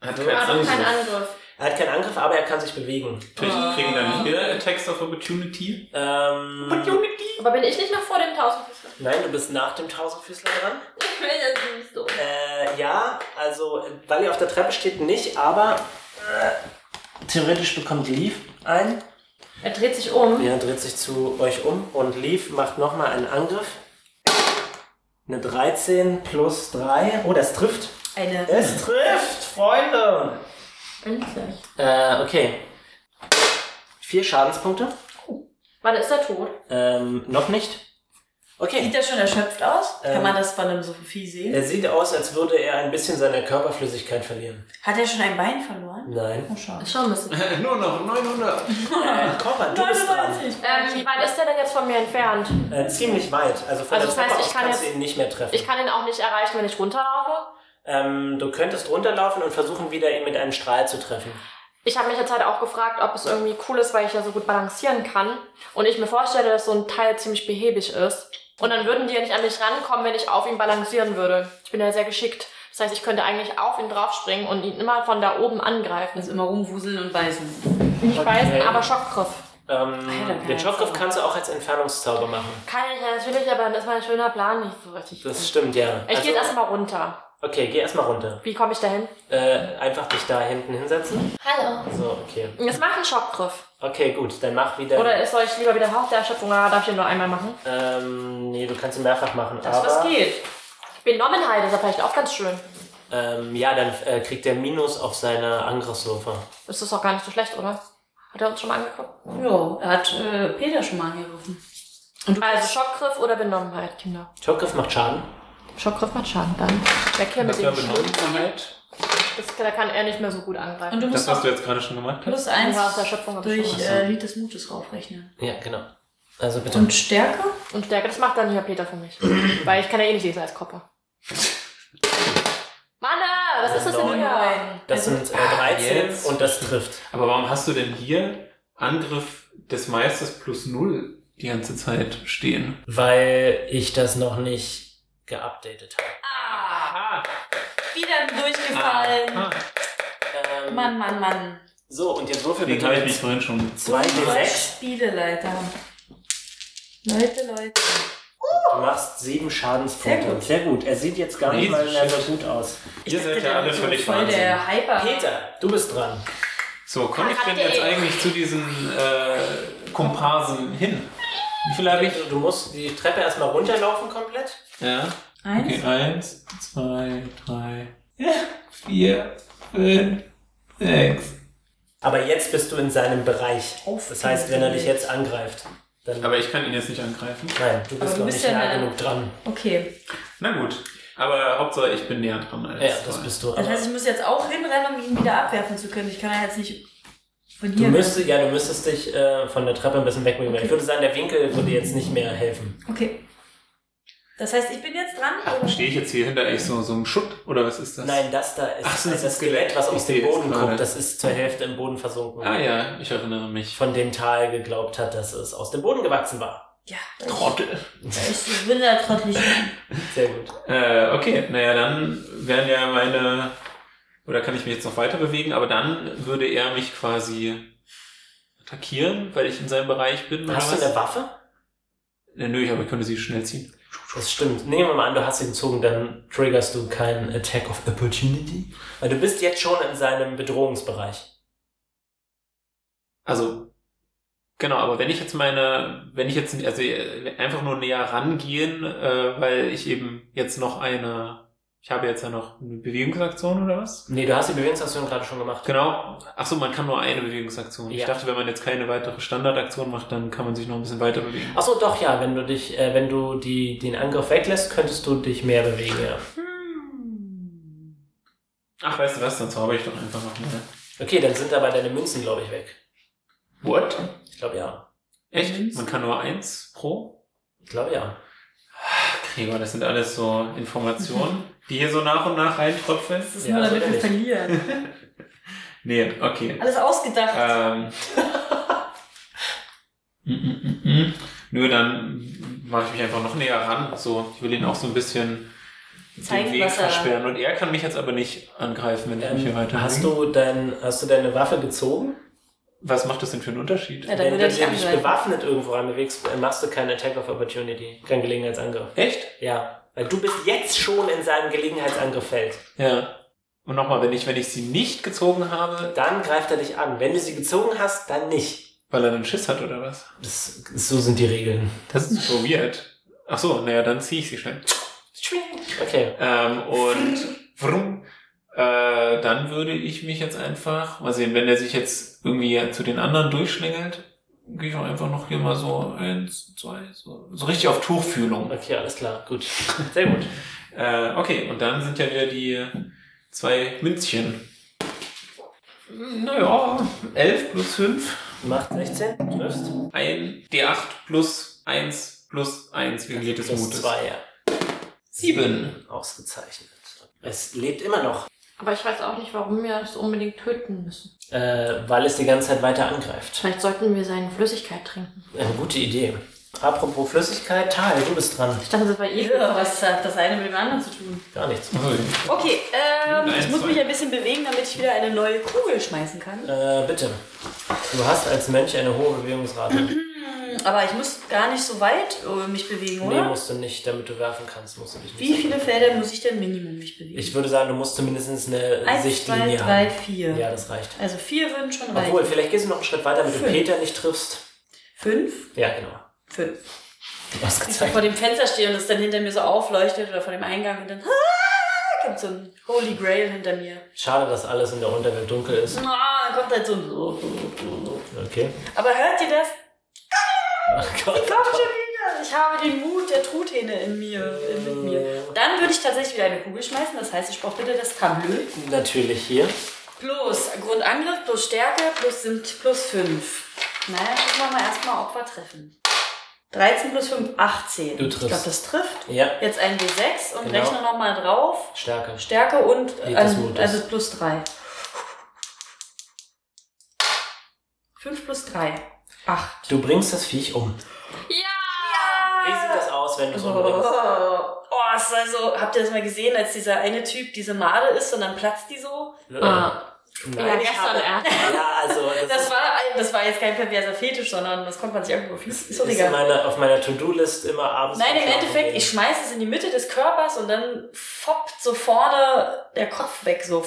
Speaker 3: ah,
Speaker 4: keinen
Speaker 3: doch kein
Speaker 4: Angriff.
Speaker 3: Angriff.
Speaker 2: Er hat keinen Angriff, aber er kann sich bewegen.
Speaker 4: Vielleicht kriegen dann wieder Attacks of Opportunity.
Speaker 2: Ähm,
Speaker 3: Aber bin ich nicht noch vor dem 1000
Speaker 2: nein, du bist nach dem Tausendfüßler dran.
Speaker 3: Ich will das nicht so.
Speaker 2: Äh, ja, also, äh, weil ihr auf der Treppe steht, nicht, aber äh, theoretisch bekommt Leaf ein.
Speaker 3: Er dreht sich um.
Speaker 2: Er dreht sich zu euch um und Leaf macht nochmal einen Angriff. Eine 13 plus 3. Oh, das trifft.
Speaker 5: Eine.
Speaker 2: Es trifft, Freunde.
Speaker 3: Endlich.
Speaker 2: Äh, okay. Vier Schadenspunkte.
Speaker 3: Warte, ist er tot?
Speaker 2: Ähm, noch nicht. Okay.
Speaker 5: Sieht er schon erschöpft aus?
Speaker 2: Ähm.
Speaker 5: Kann man das von einem Sophie sehen?
Speaker 2: Er sieht aus, als würde er ein bisschen seine Körperflüssigkeit verlieren.
Speaker 5: Hat er schon ein Bein verloren?
Speaker 2: Nein.
Speaker 5: *laughs* Oh, schade.
Speaker 3: Ist Schon müssen.
Speaker 4: *laughs* Nur noch 900.
Speaker 2: Äh, Korra, du bist dran.
Speaker 5: 99.
Speaker 3: Ähm, wie weit ist er denn jetzt von mir entfernt?
Speaker 2: Äh, ziemlich weit. Also von
Speaker 3: Also
Speaker 2: der
Speaker 3: das heißt,
Speaker 2: Treppe
Speaker 3: ich
Speaker 2: aus
Speaker 3: kann
Speaker 2: kannst du
Speaker 3: jetzt-
Speaker 2: ihn nicht mehr treffen.
Speaker 3: Ich kann ihn auch nicht erreichen, wenn ich runterlaufe.
Speaker 2: ähm, du könntest runterlaufen und versuchen, wieder ihn mit einem Strahl zu treffen.
Speaker 3: Ich habe mich jetzt halt auch gefragt, ob es irgendwie cool ist, weil ich ja so gut balancieren kann. Und ich mir vorstelle, dass so ein Teil ziemlich behäbig ist. Und dann würden die ja nicht an mich rankommen, wenn ich auf ihn balancieren würde. Ich bin ja sehr geschickt. Das heißt, ich könnte eigentlich auf ihn draufspringen und ihn immer von da oben angreifen.
Speaker 5: Also immer rumwuseln und beißen.
Speaker 3: Nicht
Speaker 2: Okay.
Speaker 3: beißen, aber Schockgriff.
Speaker 2: Ähm,
Speaker 5: kann
Speaker 2: den
Speaker 5: er
Speaker 2: Schockgriff
Speaker 5: zaubern.
Speaker 2: kannst du auch als Entfernungszauber machen.
Speaker 3: Kann ich ja natürlich, aber dann ist mein schöner Plan nicht so richtig.
Speaker 2: Das stimmt, ja. Also,
Speaker 3: ich gehe jetzt erstmal runter.
Speaker 2: Okay, geh erstmal runter.
Speaker 3: Wie komme ich da hin?
Speaker 2: Äh, einfach dich da hinten hinsetzen.
Speaker 1: Hallo.
Speaker 2: So, okay.
Speaker 3: Jetzt mach einen Schockgriff.
Speaker 2: Okay, gut, dann mach wieder.
Speaker 3: Oder soll ich lieber wieder Hauch der Erschöpfung? Ah, darf ich ihn nur einmal machen?
Speaker 2: ähm, nee, du kannst ihn mehrfach machen.
Speaker 5: Das,
Speaker 2: aber,
Speaker 5: was geht.
Speaker 3: Benommenheit ist ja vielleicht auch ganz schön.
Speaker 2: Ähm, ja, dann äh, kriegt er Minus auf seine Angriffswürfe.
Speaker 3: Ist das auch gar nicht so schlecht, oder? Hat er uns schon mal angeguckt?
Speaker 5: Ja, er hat äh, Peter schon mal angerufen.
Speaker 3: Also Schockgriff oder Benommenheit, Kinder.
Speaker 2: Schockgriff macht Schaden.
Speaker 3: Schockgriff macht Schaden dann. Weg hier mit
Speaker 4: Das
Speaker 3: dem
Speaker 4: war
Speaker 3: Schwimmen.
Speaker 4: Benommenheit.
Speaker 3: Das, da kann er nicht mehr so gut angreifen.
Speaker 5: Und du
Speaker 4: Das,
Speaker 5: musst
Speaker 4: was
Speaker 5: auch
Speaker 4: du jetzt gerade schon gemacht hast.
Speaker 5: plus eins
Speaker 3: Ja, aus der Schöpfung hab ich
Speaker 5: durch
Speaker 3: schon was.
Speaker 5: äh, Lied des Mutes raufrechnen.
Speaker 2: Ja, genau. Also bitte.
Speaker 5: Und Stärke?
Speaker 3: Und Stärke, das macht dann hier Peter für mich. Weil ich kann ja eh nicht lesen als Kopper. Mann, äh, was ist das denn hier?
Speaker 2: Das
Speaker 5: Also,
Speaker 2: sind äh,
Speaker 3: Ah,
Speaker 2: 13
Speaker 4: jetzt.
Speaker 2: und das trifft.
Speaker 4: Aber warum hast du denn hier Angriff des Meisters plus null die ganze Zeit stehen?
Speaker 2: Weil ich das noch nicht geupdatet habe.
Speaker 5: Ah,
Speaker 4: Ah,
Speaker 5: wieder durchgefallen.
Speaker 2: Ähm,
Speaker 5: Mann, Mann, Mann.
Speaker 2: So, und jetzt würfel
Speaker 4: Den
Speaker 2: bitte
Speaker 4: habe ich mich vorhin schon.
Speaker 2: 2 D6.
Speaker 5: Spieleleiter. Leute, Leute.
Speaker 2: Du machst 7 Schadenspunkte.
Speaker 5: Sehr gut.
Speaker 2: Er sieht jetzt gar nicht
Speaker 4: Nee,
Speaker 2: mal
Speaker 4: shit.
Speaker 2: mehr so gut aus.
Speaker 4: Ihr seid ja
Speaker 5: Der
Speaker 4: alle
Speaker 5: ist
Speaker 4: völlig
Speaker 5: voll
Speaker 4: Wahnsinn.
Speaker 5: der Hyper.
Speaker 2: Peter, du bist dran.
Speaker 4: So, komme ich denn jetzt eigentlich zu diesen äh, Komparsen hin? Wie viel habe ich?
Speaker 2: Du musst die Treppe erstmal runterlaufen komplett.
Speaker 4: Ja.
Speaker 5: Eins.
Speaker 4: Okay, eins, zwei, drei, vier, fünf, sechs.
Speaker 2: Aber jetzt bist du in seinem Bereich. Das heißt, wenn er dich jetzt angreift, dann.
Speaker 4: Aber ich kann ihn jetzt nicht angreifen.
Speaker 2: nein, du bist
Speaker 5: du
Speaker 2: noch
Speaker 5: bist
Speaker 2: nicht
Speaker 5: ja
Speaker 2: nah
Speaker 5: nah.
Speaker 2: genug dran.
Speaker 5: Okay.
Speaker 4: Na gut. Aber Hauptsache, ich bin näher dran als
Speaker 2: Ja, das bist du.
Speaker 5: Das
Speaker 2: Aber
Speaker 5: heißt, ich muss jetzt auch hinrennen, um ihn wieder abwerfen zu können. Ich kann ja jetzt nicht von
Speaker 2: du
Speaker 5: hier.
Speaker 2: müsstest, ja, du müsstest dich äh, von der Treppe ein bisschen wegbewegen. Ich würde sagen, der Winkel würde jetzt nicht mehr helfen.
Speaker 5: Okay. Das heißt, ich bin jetzt dran? oder?
Speaker 4: Stehe ich jetzt hier hinter echt so, so einem Schutt oder was ist das?
Speaker 2: Nein, das da ist,
Speaker 4: Ach so,
Speaker 2: das,
Speaker 4: das
Speaker 2: Skelett,
Speaker 4: Skelett.
Speaker 2: was
Speaker 4: Ich
Speaker 2: aus
Speaker 4: sehe
Speaker 2: dem
Speaker 4: es
Speaker 2: Boden
Speaker 4: gerade.
Speaker 2: kommt. Das ist zur Hälfte im Boden versunken.
Speaker 4: ne? Ah ja, ich erinnere mich.
Speaker 2: Von dem Tal geglaubt hat, dass es aus dem Boden gewachsen war.
Speaker 5: Ja.
Speaker 4: Trottel.
Speaker 5: Ich bin da trottelig.
Speaker 2: *laughs* Sehr gut.
Speaker 4: Äh, okay, naja, dann wären ja meine. Oder kann ich mich jetzt noch weiter bewegen? Aber dann würde er mich quasi attackieren, weil ich in seinem Bereich bin. oder
Speaker 2: Hast
Speaker 4: was?
Speaker 2: du eine Waffe?
Speaker 4: Ja, nö, ich- aber ich könnte sie schnell ziehen.
Speaker 2: Das stimmt. Nehmen wir mal an, du hast ihn gezogen, dann triggerst du keinen Attack of Opportunity. Weil du bist jetzt schon in seinem Bedrohungsbereich.
Speaker 4: Also, genau, aber wenn ich jetzt meine, wenn ich jetzt, also äh, einfach nur näher rangehen, äh, weil ich eben jetzt noch eine, ich habe jetzt ja noch eine Bewegungsaktion oder was?
Speaker 2: Nee, du hast die Bewegungsaktion gerade schon gemacht.
Speaker 4: Genau. Achso, man kann nur eine Bewegungsaktion. Ich
Speaker 2: Ja.
Speaker 4: dachte, wenn man jetzt keine weitere Standardaktion macht, dann kann man sich noch ein bisschen weiter bewegen.
Speaker 2: Achso, doch, ja, wenn du dich, äh, wenn du die, den Angriff weglässt, könntest du dich mehr bewegen, ja.
Speaker 5: Hm.
Speaker 4: Ach, weißt du was, dann zauber ich doch einfach nochmal.
Speaker 2: Okay, dann sind aber deine Münzen, glaube ich, weg.
Speaker 4: What?
Speaker 2: Ich glaube ja.
Speaker 4: Echt? Man kann nur eins pro?
Speaker 2: Ich glaube ja.
Speaker 4: Gregor, das sind alles so Informationen, die hier so nach und nach reintröpfeln.
Speaker 5: Das ist
Speaker 2: Ja,
Speaker 5: nur,
Speaker 2: das
Speaker 5: damit
Speaker 2: will
Speaker 5: wir
Speaker 2: er *laughs*
Speaker 5: verlieren.
Speaker 4: Nee, okay.
Speaker 5: Alles ausgedacht. *laughs*
Speaker 4: Ähm. Mm, mm, mm, mm. Nö, dann mache ich mich einfach noch näher ran. So, ich will ihn auch so ein bisschen
Speaker 5: Zeigen,
Speaker 4: den Weg
Speaker 5: was er-
Speaker 4: versperren. Und er kann mich jetzt aber nicht angreifen, wenn ich mich hier
Speaker 2: Ähm,
Speaker 4: weiter
Speaker 2: hast, du dein, hast du deine Waffe gezogen?
Speaker 4: Was macht das denn für einen Unterschied?
Speaker 5: Ja, dann
Speaker 2: wenn
Speaker 5: würde er
Speaker 2: du
Speaker 5: dich
Speaker 2: dich
Speaker 5: angreifen.
Speaker 2: bewaffnet irgendwo ranbewegst, dann machst du keinen Attack of Opportunity, keinen Gelegenheitsangriff.
Speaker 4: Echt?
Speaker 2: Ja, weil du bist jetzt schon in seinem Gelegenheitsangriffsfeld.
Speaker 4: Ja. Und nochmal, wenn ich, wenn ich sie nicht gezogen habe,
Speaker 2: Dann greift er dich an. Wenn du sie gezogen hast, dann nicht.
Speaker 4: weil er einen Schiss hat oder was?
Speaker 2: Das, so sind die Regeln.
Speaker 4: Das ist so weird. Ach so, naja, dann ziehe ich sie schnell.
Speaker 2: Okay.
Speaker 4: Ähm, und vroom, äh, dann würde ich mich jetzt einfach, mal sehen, wenn der sich jetzt irgendwie zu den anderen durchschlängelt, gehe ich auch einfach noch hier mal so eins, zwei, so, so richtig auf Tuchfühlung.
Speaker 2: Okay, alles klar. Gut. Sehr gut.
Speaker 4: Äh, okay, und dann sind ja wieder die zwei Münzchen. Naja, 11 plus 5.
Speaker 2: Macht 16. Triffst.
Speaker 4: Ein D8 plus 1 plus 1 wegen jedes
Speaker 2: Plus
Speaker 4: Mutes.
Speaker 2: zwei, ja.
Speaker 4: 7.
Speaker 2: Ausgezeichnet. Es lebt immer noch,
Speaker 3: Aber ich weiß auch nicht, warum wir es unbedingt töten müssen.
Speaker 2: äh, weil es die ganze Zeit weiter angreift.
Speaker 3: Vielleicht sollten wir seine Flüssigkeit trinken.
Speaker 2: Eine gute Idee. Apropos Flüssigkeit, Tal, du bist dran.
Speaker 3: Ich dachte, das war eh.
Speaker 5: Ja, was hat das eine mit dem anderen zu tun?
Speaker 2: Gar nichts.
Speaker 5: Okay, ähm,
Speaker 4: Nein,
Speaker 5: ich muss
Speaker 4: zwei.
Speaker 5: mich ein bisschen bewegen, damit ich wieder eine neue Kugel schmeißen kann. Mhm.
Speaker 2: Äh, bitte. Du hast als Mensch eine hohe Bewegungsrate.
Speaker 5: Aber ich muss gar nicht so weit äh, mich bewegen,
Speaker 2: Nee,
Speaker 5: oder?
Speaker 2: musst du nicht, damit du werfen kannst, musst du dich nicht.
Speaker 5: Wie viele Felder muss ich denn Minimum mich bewegen?
Speaker 2: Ich würde sagen, du musst zumindest eine
Speaker 5: Eins, zwei,
Speaker 2: Sichtlinie
Speaker 5: drei,
Speaker 2: haben.
Speaker 5: vier.
Speaker 2: Ja, das reicht.
Speaker 5: Also vier würden schon reichen.
Speaker 2: Obwohl, vielleicht gehst du noch einen Schritt weiter, damit du
Speaker 5: Fünf.
Speaker 2: Peter nicht triffst.
Speaker 5: Fünf?
Speaker 2: Ja, genau.
Speaker 5: Fünf. Wenn ich
Speaker 2: Ausgezeichnet.
Speaker 5: vor dem Fenster stehe und es dann hinter mir so aufleuchtet oder vor dem Eingang und dann *laughs* ah, kommt so ein Holy Grail hinter mir.
Speaker 2: Schade, dass alles in der Unterwelt dunkel ist.
Speaker 5: Ah, dann kommt halt so ein...
Speaker 2: Oh. Okay.
Speaker 5: Aber hört ihr das?
Speaker 2: Oh Gott.
Speaker 5: Komm schon wieder! Ich habe den Mut der Truthähne in mir, in- mit mir. Dann würde ich tatsächlich wieder eine Kugel schmeißen. Das heißt, ich brauche bitte das Tablö.
Speaker 2: Natürlich hier.
Speaker 5: Plus Grundangriff, plus Stärke, plus sind plus 5. Naja, müssen wir mal erstmal Opfer treffen. 13 plus 5, 18.
Speaker 2: Du triffst.
Speaker 5: Ich glaube, das trifft.
Speaker 2: Ja.
Speaker 5: Jetzt ein D6 und
Speaker 2: Genau.
Speaker 5: rechne nochmal drauf.
Speaker 2: Stärke.
Speaker 5: Stärke und äh,
Speaker 2: Jedes
Speaker 5: also,
Speaker 2: Mutes.
Speaker 5: also plus 3. 5 plus 3. 8.
Speaker 2: Du bringst das Viech um. Wie sieht das aus, wenn du es
Speaker 5: Oh,
Speaker 2: umbringst?
Speaker 5: oh, es war so, habt ihr das mal gesehen, als dieser eine Typ diese Made ist und dann platzt die so?
Speaker 3: Ah, ja,
Speaker 2: Äh, Nein.
Speaker 3: gestern erst.
Speaker 2: Ja, also das,
Speaker 5: Das
Speaker 2: ist,
Speaker 5: war, das war jetzt kein perverser Fetisch, sondern das kommt man sich irgendwo viel. Ist doch
Speaker 2: ist
Speaker 5: egal.
Speaker 2: meine, auf meiner To-Do-List immer abends.
Speaker 5: Nein, im
Speaker 2: aufschlafen
Speaker 5: Endeffekt,
Speaker 2: gehen.
Speaker 5: ich schmeiße es in die Mitte des Körpers und dann foppt so vorne der Kopf weg, so.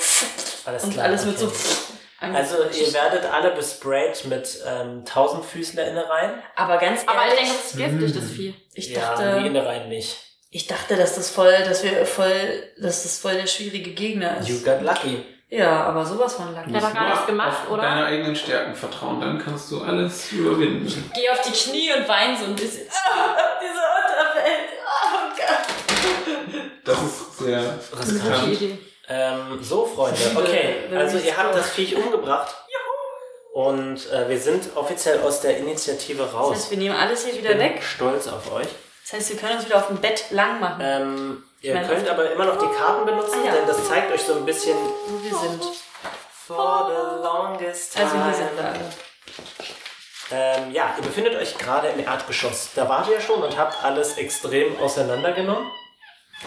Speaker 2: Alles
Speaker 5: und
Speaker 2: klar,
Speaker 5: alles wird
Speaker 2: okay.
Speaker 5: so.
Speaker 2: Also ihr werdet alle besprayt mit ähm, Tausendfüßler-Innereien.
Speaker 5: aber ganz ehrlich,
Speaker 3: Aber ich denke, das ist
Speaker 2: Hm.
Speaker 3: giftig, das Vieh.
Speaker 5: ich
Speaker 2: ja, die
Speaker 5: dachte,
Speaker 2: Innereien nicht.
Speaker 5: ich dachte, dass das voll, dass wir voll, dass das voll der schwierige Gegner
Speaker 2: You
Speaker 5: ist.
Speaker 2: got lucky.
Speaker 5: Ja, aber sowas von lang.
Speaker 3: Der hat doch gar nichts gemacht,
Speaker 4: auf
Speaker 3: oder?
Speaker 4: Deine eigenen Stärken vertrauen, dann kannst du alles überwinden.
Speaker 5: Geh auf die Knie und wein so
Speaker 2: *laughs*
Speaker 5: ein bisschen. Ah, diese Unterwelt. Oh Gott.
Speaker 4: Das ist sehr
Speaker 2: Riskant.
Speaker 4: riskant.
Speaker 3: Idee.
Speaker 2: Ähm, so, Freunde. Okay,
Speaker 5: Will- will
Speaker 2: also
Speaker 5: nicht
Speaker 2: ihr habt
Speaker 5: so.
Speaker 2: das Viech umgebracht. Und äh, wir sind offiziell aus der Initiative
Speaker 5: Das
Speaker 2: raus.
Speaker 5: heißt, wir nehmen alles hier wieder
Speaker 2: bin
Speaker 5: weg.
Speaker 2: stolz auf euch.
Speaker 5: Das heißt, wir können uns wieder auf dem Bett lang machen,
Speaker 2: Ähm, ihr
Speaker 5: meine,
Speaker 2: könnt aber immer noch die Karten benutzen,
Speaker 5: Ah, ja.
Speaker 2: denn das zeigt euch so ein bisschen
Speaker 5: wo wir sind.
Speaker 2: for the longest time.
Speaker 5: Also hier sind wir alle.
Speaker 2: Ähm, ja, ihr befindet euch gerade im Erdgeschoss. Da wart ihr ja schon und habt alles extrem auseinandergenommen.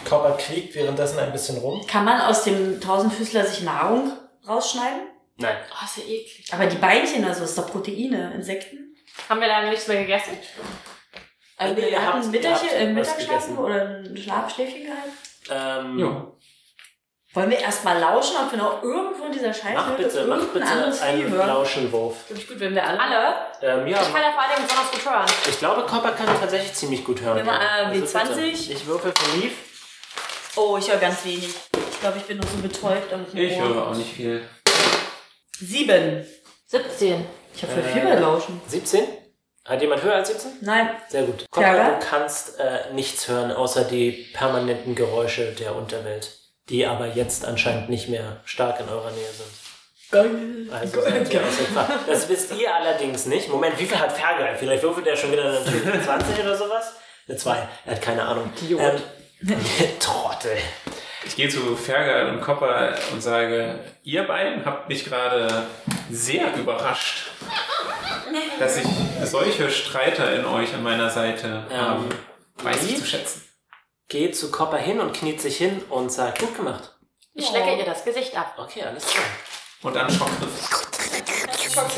Speaker 2: Copper quiekt währenddessen ein bisschen rum.
Speaker 5: Kann man aus dem Tausendfüßler sich Nahrung rausschneiden?
Speaker 2: Nein.
Speaker 3: Oh, ist ja eklig.
Speaker 5: Aber die Beinchen, also ist da Proteine, Insekten?
Speaker 3: Haben wir leider nichts mehr gegessen?
Speaker 5: Also
Speaker 2: Nee, ihr
Speaker 5: wir hatten
Speaker 2: habt-
Speaker 5: ein
Speaker 2: ihr
Speaker 5: Mittagchen,
Speaker 2: habt
Speaker 5: äh,
Speaker 2: was
Speaker 5: Mittagsschlafen
Speaker 2: gegessen.
Speaker 5: oder ein Schlafschläfchen gehalten?
Speaker 2: Ähm,
Speaker 4: Jo.
Speaker 5: Wollen wir erstmal lauschen, ob wir noch irgendwo in dieser Scheiße
Speaker 2: Mach bitte, mach bitte einen Lauschenwurf.
Speaker 5: Finde ich gut, wenn wir alle.
Speaker 3: Alle?
Speaker 2: Ähm, ja,
Speaker 3: Ich kann ja vor allem besonders gut hören.
Speaker 2: ich glaube, Copper kann tatsächlich ziemlich gut hören.
Speaker 5: Nimm mal, äh,
Speaker 2: Also
Speaker 5: W20.
Speaker 2: bitte. Ich würfel für Leaf.
Speaker 5: Oh, ich höre ganz wenig. Ich glaube, ich bin noch so betäubt am Ohr.
Speaker 4: Ich höre auch nicht viel.
Speaker 5: Sieben.
Speaker 3: 17.
Speaker 5: Ich habe voll
Speaker 2: Äh.
Speaker 5: viel bei Lauschen.
Speaker 2: 17. Hat jemand höher als 17?
Speaker 5: Nein.
Speaker 2: Sehr gut. Copper,
Speaker 5: Clara?
Speaker 2: du kannst äh, nichts hören, außer die permanenten Geräusche der Unterwelt, die aber jetzt anscheinend nicht mehr stark in eurer Nähe sind. Also seid ihr aus der Gefahr. Das wisst ihr allerdings nicht. Moment, wie viel hat Fergal? Vielleicht würfelt er schon wieder eine 20 oder sowas? Eine 2. Er hat keine Ahnung. Ähm, *laughs* Trottel.
Speaker 4: Ich gehe zu Fergal und Kopper und sage, ihr beiden habt mich gerade sehr überrascht, dass ich solche Streiter in euch an meiner Seite habe. Weiß ich zu schätzen.
Speaker 2: Ähm, Geht zu Copper hin und kniet sich hin und sagt, gut gemacht.
Speaker 3: Ich schlecke ihr das Gesicht ab.
Speaker 2: Okay, alles klar.
Speaker 4: Und dann Schockgriff.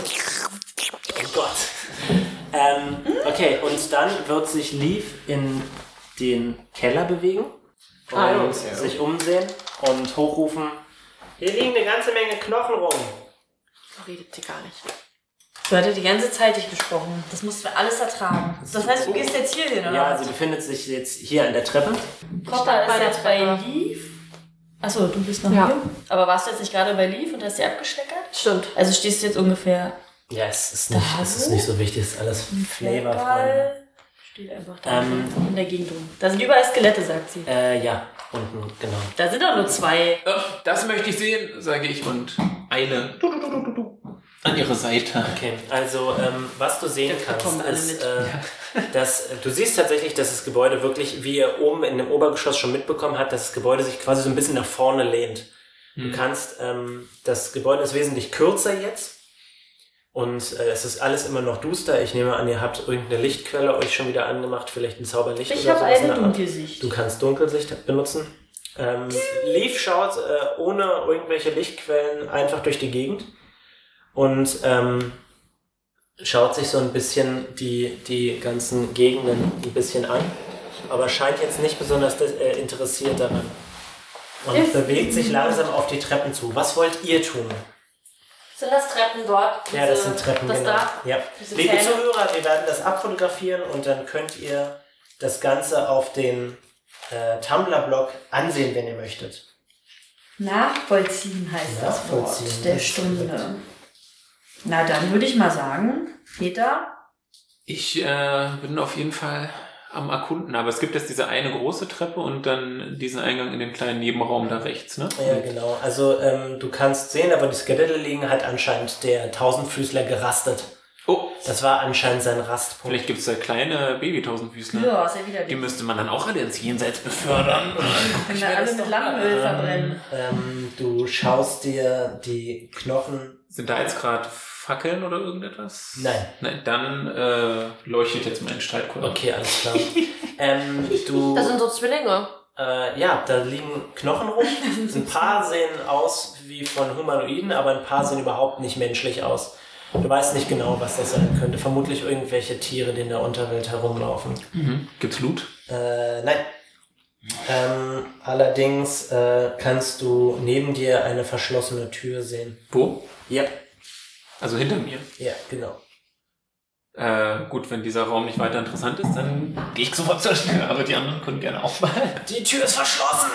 Speaker 2: Oh Gott. Ähm, okay, und dann wird sich Leaf in den Keller bewegen und
Speaker 3: Hallo.
Speaker 2: sich umsehen und hochrufen. Hier liegen eine ganze Menge Knochen rum.
Speaker 3: So redet sie gar nicht.
Speaker 5: Du hattest die ganze Zeit dich besprochen. Das mussten wir alles ertragen. Das heißt, du gehst jetzt hier hin, oder?
Speaker 2: Ja, sie befindet sich jetzt hier an der Treppe.
Speaker 5: Copper
Speaker 3: Bei
Speaker 5: ist
Speaker 3: der
Speaker 5: jetzt bei
Speaker 3: Treppe.
Speaker 5: Leaf. Achso, du bist noch
Speaker 3: Ja.
Speaker 5: hier. Aber warst du jetzt nicht gerade bei Leaf und hast sie abgeschleckert?
Speaker 3: Stimmt.
Speaker 5: Also stehst du jetzt ungefähr.
Speaker 2: Ja, es ist nicht, es ist nicht so wichtig, es ist alles Flavor, Freunde.
Speaker 5: Egal. Steht einfach da
Speaker 2: Ähm.
Speaker 5: in der Gegend rum. Da sind überall Skelette, sagt sie.
Speaker 2: Äh, ja, unten, genau.
Speaker 5: Da sind doch nur zwei.
Speaker 4: Äh, Das möchte ich sehen, sage ich und eile an ihre Seite.
Speaker 2: Okay, also ähm, was du sehen
Speaker 5: Da
Speaker 2: kannst,
Speaker 5: kommen alle
Speaker 2: ist,
Speaker 5: mit.
Speaker 2: äh, dass äh, du siehst tatsächlich, dass das Gebäude wirklich, wie ihr oben in dem Obergeschoss schon mitbekommen habt, dass das Gebäude sich quasi so ein bisschen nach vorne lehnt. Du kannst, ähm, das Gebäude ist wesentlich kürzer jetzt und äh, es ist alles immer noch duster. Ich nehme an, ihr habt irgendeine Lichtquelle euch schon wieder angemacht, vielleicht ein Zauberlicht
Speaker 5: Ich
Speaker 2: oder
Speaker 5: habe
Speaker 2: so. was in
Speaker 5: eine
Speaker 2: der Art.
Speaker 5: Dunkelsicht.
Speaker 2: Du kannst Dunkelsicht benutzen. Ähm, Leaf schaut äh, ohne irgendwelche Lichtquellen einfach durch die Gegend und ähm, schaut sich so ein bisschen die, die ganzen Gegenden ein bisschen an, aber scheint jetzt nicht besonders des- äh, interessiert daran. Und bewegt sich langsam auf die Treppen zu. Was wollt ihr tun?
Speaker 1: Sind das Treppen dort?
Speaker 2: Ja, das sind Treppen,
Speaker 1: das
Speaker 2: genau.
Speaker 1: Da?
Speaker 2: Ja.
Speaker 1: Diese
Speaker 2: Liebe
Speaker 1: Zähne?
Speaker 2: Zuhörer, wir werden das abfotografieren und dann könnt ihr das Ganze auf den äh, Tumblr-Blog ansehen, wenn ihr möchtet.
Speaker 5: Nachvollziehen heißt das
Speaker 2: Nachvollziehen,
Speaker 5: Wort der
Speaker 2: das
Speaker 5: Stunde. Na, dann würde ich mal sagen, Peter,
Speaker 4: Ich äh, bin auf jeden Fall am Erkunden, aber es gibt jetzt diese eine große Treppe und dann diesen Eingang in den kleinen Nebenraum da rechts, ne?
Speaker 2: Ja, genau. Also ähm, du kannst sehen, aber die Skelette liegen hat anscheinend der Tausendfüßler gerastet.
Speaker 4: Oh,
Speaker 2: Das war anscheinend sein Rastpunkt.
Speaker 4: vielleicht gibt's da kleine Baby-Tausendfüßler.
Speaker 5: ja, ist ja wieder
Speaker 4: Die
Speaker 5: die.
Speaker 4: müsste man dann auch alle ins Jenseits befördern.
Speaker 5: Können wir alle mit Lammöl verbrennen.
Speaker 2: Ähm, du schaust dir die Knochen.
Speaker 4: Sind da jetzt gerade Fackeln oder irgendetwas?
Speaker 2: Nein.
Speaker 4: Nein, dann äh, leuchtet jetzt mein Streitkolben.
Speaker 2: Okay, alles klar. ähm, du.
Speaker 3: Das sind so Zwillinge.
Speaker 2: Äh, ja, da liegen Knochen rum. Ein paar sehen aus wie von Humanoiden, aber ein paar sehen überhaupt nicht menschlich aus. Du weißt nicht genau, was das sein könnte. Vermutlich irgendwelche Tiere, die in der Unterwelt herumlaufen.
Speaker 4: Mhm. Gibt's Loot?
Speaker 2: Äh, nein. Ähm, allerdings äh, kannst du neben dir eine verschlossene Tür sehen.
Speaker 4: Wo?
Speaker 2: Ja,
Speaker 4: Also hinter mir.
Speaker 2: ja, genau.
Speaker 4: Äh, gut, wenn dieser Raum nicht weiter interessant ist, dann gehe ich sofort zur Tür. *laughs* Aber die anderen können gerne aufmachen.
Speaker 2: Die Tür ist verschlossen!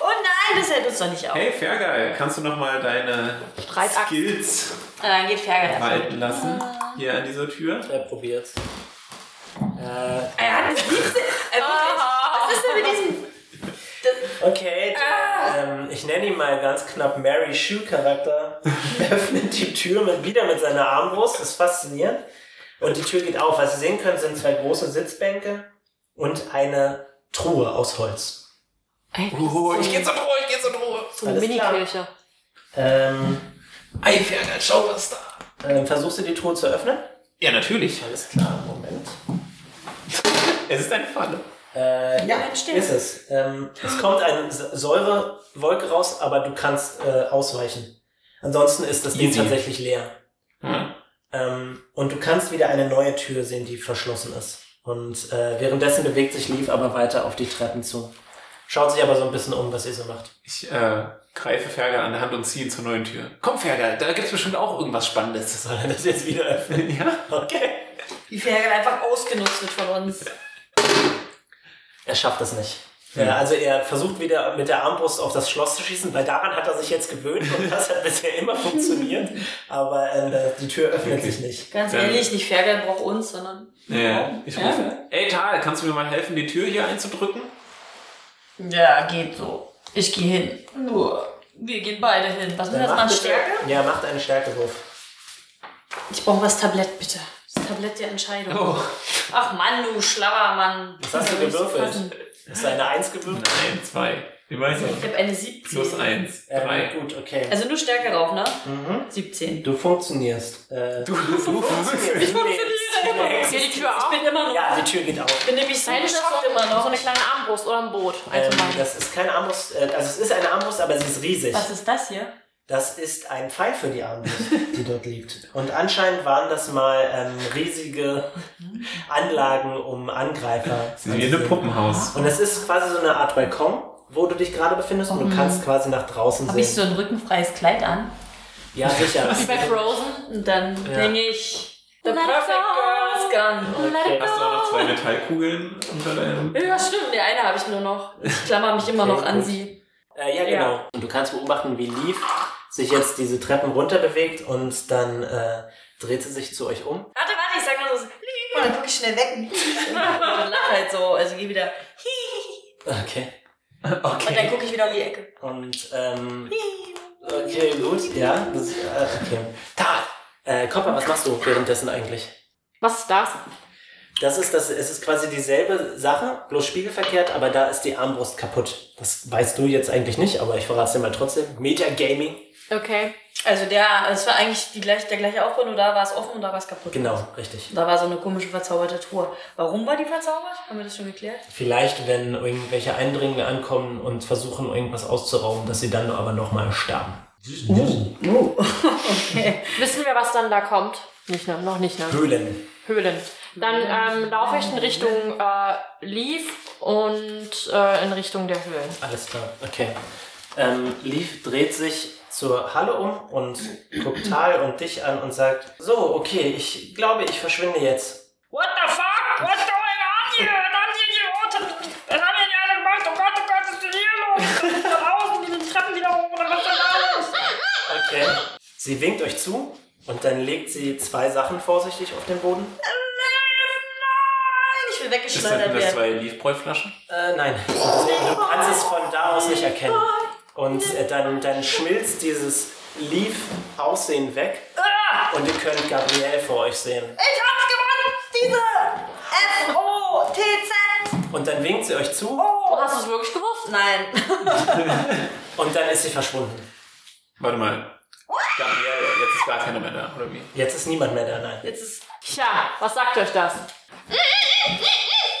Speaker 5: Oh nein, das hält uns doch nicht auf.
Speaker 4: Hey, Fergal, kannst du noch mal deine
Speaker 3: Streitachsen.
Speaker 4: Skills
Speaker 5: Na, Dann geht Fergal davon.
Speaker 4: walten lassen? Hier an dieser Tür.
Speaker 2: Er probiert's. Äh,
Speaker 5: Er hat es nicht. Äh, wirklich.
Speaker 4: Ah.
Speaker 5: Was ist denn mit diesem.
Speaker 2: okay, der, ähm, ich nenne ihn mal ganz knapp Mary Shoe Charakter. *laughs* Öffnet die Tür mit, wieder mit seiner Armbrust, ist faszinierend. Und die Tür geht auf. Was ihr sehen könnt, sind zwei große Sitzbänke und eine Truhe aus Holz.
Speaker 3: Ey, das ist
Speaker 4: Oh,
Speaker 3: so
Speaker 4: ich gehe zur Ruhe, ich gehe zur Ruhe.
Speaker 3: so eine
Speaker 2: Alles klar.
Speaker 3: Mini-Kirche.
Speaker 2: Ähm,
Speaker 4: Ei, Fergal, schau, was da.
Speaker 2: ähm, versuchst du die Truhe zu öffnen?
Speaker 4: Ja, natürlich.
Speaker 2: Alles klar, Moment.
Speaker 4: Es ist eine Falle.
Speaker 2: Äh, ja,
Speaker 5: Entstehen.
Speaker 2: ist es. Ähm, es kommt eine Sa- Säurewolke raus, aber du kannst äh, ausweichen. Ansonsten ist das Ding
Speaker 4: Easy.
Speaker 2: tatsächlich leer.
Speaker 4: Hm.
Speaker 2: Ähm, und du kannst wieder eine neue Tür sehen, die verschlossen ist. Und äh, währenddessen bewegt sich Leaf aber weiter auf die Treppen zu. Schaut sich aber so ein bisschen um, was ihr so macht. *laughs*
Speaker 4: Ich äh, greife Fergal an der Hand und ziehe ihn zur neuen Tür. Komm, Fergal, da gibt's bestimmt auch irgendwas Spannendes.
Speaker 2: Soll er das jetzt wieder öffnen?
Speaker 4: *laughs* ja?
Speaker 2: Okay.
Speaker 5: Wie Fergal einfach ausgenutzt wird von uns.
Speaker 2: Er schafft das nicht. Ja, also er versucht wieder mit der Armbrust auf das Schloss zu schießen, weil daran hat er sich jetzt gewöhnt und das hat *laughs* bisher immer funktioniert. Aber äh, die Tür öffnet sich nicht.
Speaker 5: Ganz
Speaker 4: Ja.
Speaker 5: ehrlich, nicht Fergal braucht uns, sondern.
Speaker 4: Ja, ich rufe. Ey, Tal, kannst du mir mal helfen, die Tür hier einzudrücken?
Speaker 5: Ja, geht so. Ich gehe hin. Nur, wir gehen beide hin. Was ist das mal
Speaker 2: macht
Speaker 5: an Stärke?
Speaker 2: Ja, macht einen Stärkewurf.
Speaker 5: Ich brauche was Tablett, bitte. Das Tablett der Entscheidung.
Speaker 4: Oh,
Speaker 5: Ach Mann, du schlauer Mann.
Speaker 2: Was hast du gewürfelt? Hast du eine Eins gewürfelt?
Speaker 4: nein, zwei. Immerhin.
Speaker 5: Ich habe eine 17.
Speaker 4: Plus eins.
Speaker 2: Ähm,
Speaker 4: Drei.
Speaker 2: gut, okay.
Speaker 5: Also nur Stärke rauf, ne?
Speaker 2: Mhm.
Speaker 5: 17.
Speaker 2: du funktionierst. Äh,
Speaker 4: Du, du, du, *laughs*
Speaker 2: ich
Speaker 3: Geht die Tür auf?
Speaker 5: Ich bin immer noch.
Speaker 2: Ja, die Tür geht auf.
Speaker 5: Ich bin nämlich so
Speaker 3: Nein, das ist
Speaker 5: geschockt
Speaker 3: so,
Speaker 5: immer noch.
Speaker 3: so eine kleine Armbrust oder ein Boot.
Speaker 2: Ähm,
Speaker 3: Also meine.
Speaker 2: das ist keine Armbrust, äh, also es ist eine Armbrust, aber sie ist riesig.
Speaker 5: Was ist das hier?
Speaker 2: Das ist ein Pfeil für die
Speaker 5: *laughs*
Speaker 2: Armbrust, die dort liegt. Und anscheinend waren das mal ähm, riesige Anlagen, um Angreifer
Speaker 4: Sie sind wie in einem Puppenhaus.
Speaker 2: Und es ist quasi so eine Art Balkon, wo du dich gerade befindest und du kannst quasi nach draußen
Speaker 5: Habe
Speaker 2: sehen.
Speaker 5: Mhm. ich so ein rückenfreies Kleid an?
Speaker 2: ja, sicher.
Speaker 3: Wie bei Frozen.
Speaker 5: Und dann
Speaker 2: Ja.
Speaker 5: bringe ich The
Speaker 3: Let it
Speaker 5: Perfect
Speaker 3: go.
Speaker 5: Girl's Gun.
Speaker 2: Okay.
Speaker 4: Hast du auch noch zwei Metallkugeln unter deinem...
Speaker 5: Ja, stimmt. Nee, eine habe ich nur noch. Ich klammer mich immer
Speaker 2: Okay,
Speaker 5: noch an
Speaker 2: gut.
Speaker 5: sie.
Speaker 2: Äh, ja, genau. Und du kannst beobachten, wie Leaf sich jetzt diese Treppen runter bewegt und dann äh, dreht sie sich zu euch um.
Speaker 5: Warte, warte, ich sag nur so. Und dann guck ich schnell weg. *laughs* Und lach halt so. Also geh wieder.
Speaker 2: Okay.
Speaker 5: Und dann
Speaker 2: *laughs* Okay.
Speaker 5: guck ich wieder um die Ecke.
Speaker 2: Und, ähm, okay, gut, ja. Das, äh, okay. Da! Äh, Copper, was machst du währenddessen eigentlich?
Speaker 3: Was ist das?
Speaker 2: Das ist das, es ist quasi dieselbe Sache, bloß spiegelverkehrt, aber da ist die Armbrust kaputt. Das weißt du jetzt eigentlich nicht, aber ich verrate es dir mal trotzdem. Metagaming.
Speaker 3: Okay.
Speaker 5: Also der, es war eigentlich die gleich, der gleiche Aufbau, nur da war es offen und da war es kaputt.
Speaker 2: Genau, richtig.
Speaker 5: Da war so eine komische verzauberte Truhe. Warum war die verzaubert? Haben wir das schon geklärt?
Speaker 2: Vielleicht, wenn irgendwelche Eindringlinge ankommen und versuchen, irgendwas auszurauben, dass sie dann aber nochmal sterben.
Speaker 5: Oh, okay.
Speaker 3: Wissen wir, was dann da kommt? Nicht, ne? Noch nicht, ne?
Speaker 2: Höhlen.
Speaker 3: Höhlen. Dann ähm, laufe ich in Richtung äh, Leaf und äh, in Richtung der Höhlen.
Speaker 2: Alles klar, okay. Ähm, Leaf dreht sich zur Halle um und guckt Tal und dich an und sagt, so, okay, ich glaube, ich verschwinde jetzt.
Speaker 7: What the fuck? What's going on hier? Was haben die hier rote? Was haben die alle gemacht? Oh Gott, oh Gott, was ist denn hier los? Da draußen, diese Treppen wieder hoch oder was ist da los?
Speaker 2: Okay. Sie winkt euch zu und dann legt sie zwei Sachen vorsichtig auf den Boden.
Speaker 5: Äh, Ich will
Speaker 4: Ist das,
Speaker 5: weggeschleudert
Speaker 4: das
Speaker 5: werden.
Speaker 4: zwei Leafbräu-Flaschen?
Speaker 2: Äh, nein, du kannst es von da aus nicht erkennen. Und äh, dann, dann schmilzt dieses Leaf-Aussehen weg und ihr könnt Gabrielle vor euch sehen.
Speaker 7: Ich hab's gewonnen! Diese F-O-T-Z!
Speaker 2: Und dann winkt sie euch zu
Speaker 7: Oh,
Speaker 3: Hast du es wirklich gewusst?
Speaker 5: Nein.
Speaker 2: und dann ist sie verschwunden.
Speaker 4: Warte mal. Gabriel, jetzt ist gar keiner mehr da, oder wie?
Speaker 2: Jetzt ist niemand mehr da, nein.
Speaker 5: Jetzt ist
Speaker 3: Tja, was sagt euch das?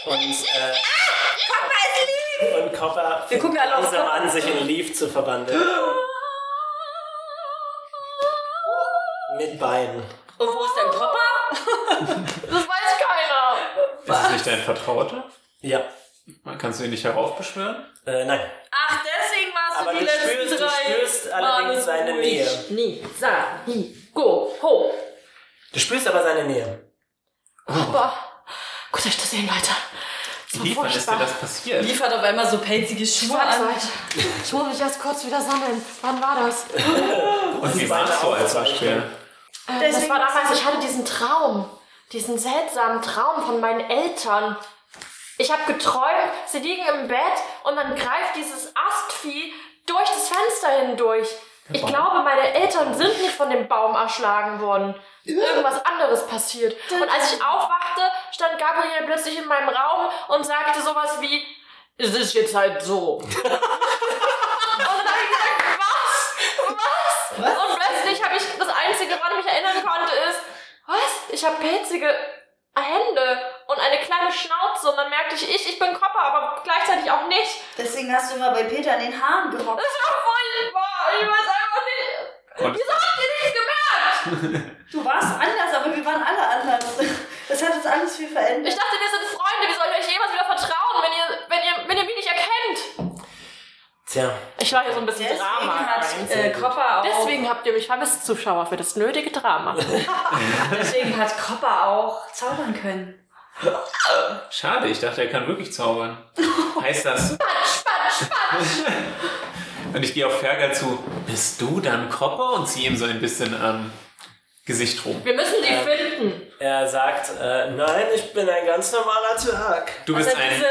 Speaker 2: Und, äh, und Copper
Speaker 5: Wir gucken alle auf
Speaker 2: langsam
Speaker 5: Copper.
Speaker 2: an, sich in Leaf zu verwandeln. Mit Beinen.
Speaker 5: Und wo ist dein Kopper?
Speaker 3: Das weiß keiner.
Speaker 4: Ist es nicht dein Vertrauter?
Speaker 2: Ja.
Speaker 4: Kannst du ihn nicht heraufbeschwören?
Speaker 2: Äh, nein.
Speaker 5: Ach, deswegen warst
Speaker 2: Aber
Speaker 5: du
Speaker 2: du
Speaker 5: die letzten
Speaker 2: spürst, du
Speaker 5: drei.
Speaker 2: spürst allerdings seine Nähe.
Speaker 3: Ni, sa, hi, go, ho.
Speaker 2: Du spürst aber seine Nähe.
Speaker 3: Boah. Gut euch zu sehen, Leute. Das war
Speaker 4: Wie wann ist dir
Speaker 3: furchtbar.
Speaker 4: das passiert?
Speaker 5: Liefert auf einmal so pelzige Schuhe an.
Speaker 3: Mahlzeit. Ich muss mich erst kurz wieder sammeln. Wann war das?
Speaker 4: Und wie warst du als Beispiel?
Speaker 3: Ähm, das war damals, ich hatte diesen Traum. Diesen seltsamen Traum von meinen Eltern. Ich habe geträumt, sie liegen im Bett und dann greift dieses Astvieh durch das Fenster hindurch. Ich
Speaker 4: Baum.
Speaker 3: glaube, meine Eltern sind nicht von dem Baum erschlagen worden. Irgendwas anderes passiert. Und als ich aufwachte, stand Gabriel plötzlich in meinem Raum und sagte sowas wie, es ist jetzt halt so. *laughs* und dann habe ich gesagt, was? Was? Und plötzlich habe ich das Einzige, woran ich mich erinnern konnte, ist, was? Ich habe pelzige Hände und eine kleine Schnauze und dann merkte ich, ich, ich bin Kopper, aber gleichzeitig auch nicht.
Speaker 7: Deswegen hast du immer bei Peter an den Haaren gehockt.
Speaker 3: Das war furchtbar. Ich weiß einfach nicht.
Speaker 4: Und
Speaker 3: Wieso habt ihr nichts gemerkt?
Speaker 7: Du warst anders, aber wir waren alle anders. Das hat uns alles viel verändert.
Speaker 3: Ich dachte, wir sind Freunde. Wie soll ich euch jemals wieder vertrauen, wenn ihr, wenn ihr, wenn ihr mich nicht erkennt?
Speaker 2: Tja.
Speaker 3: Ich war hier so ein bisschen
Speaker 7: Deswegen
Speaker 3: Drama.
Speaker 5: Hat äh, Kopper auch.
Speaker 3: Deswegen habt ihr mich vermisst, Zuschauer, für das nötige Drama.
Speaker 5: deswegen hat Kopper auch zaubern können.
Speaker 4: schade, ich dachte, er kann wirklich zaubern. Heißt das?
Speaker 3: *laughs* Spatsch, spatsch.
Speaker 4: *laughs* Und ich gehe auf Fergal zu. Bist du dann Kopper? Und ziehe ihm so ein bisschen am Gesicht rum.
Speaker 3: Wir müssen die finden.
Speaker 2: Er sagt, äh, nein, ich bin ein ganz normaler Zwerg.
Speaker 4: Du
Speaker 5: Was
Speaker 4: bist
Speaker 5: hat
Speaker 4: ein.
Speaker 5: diese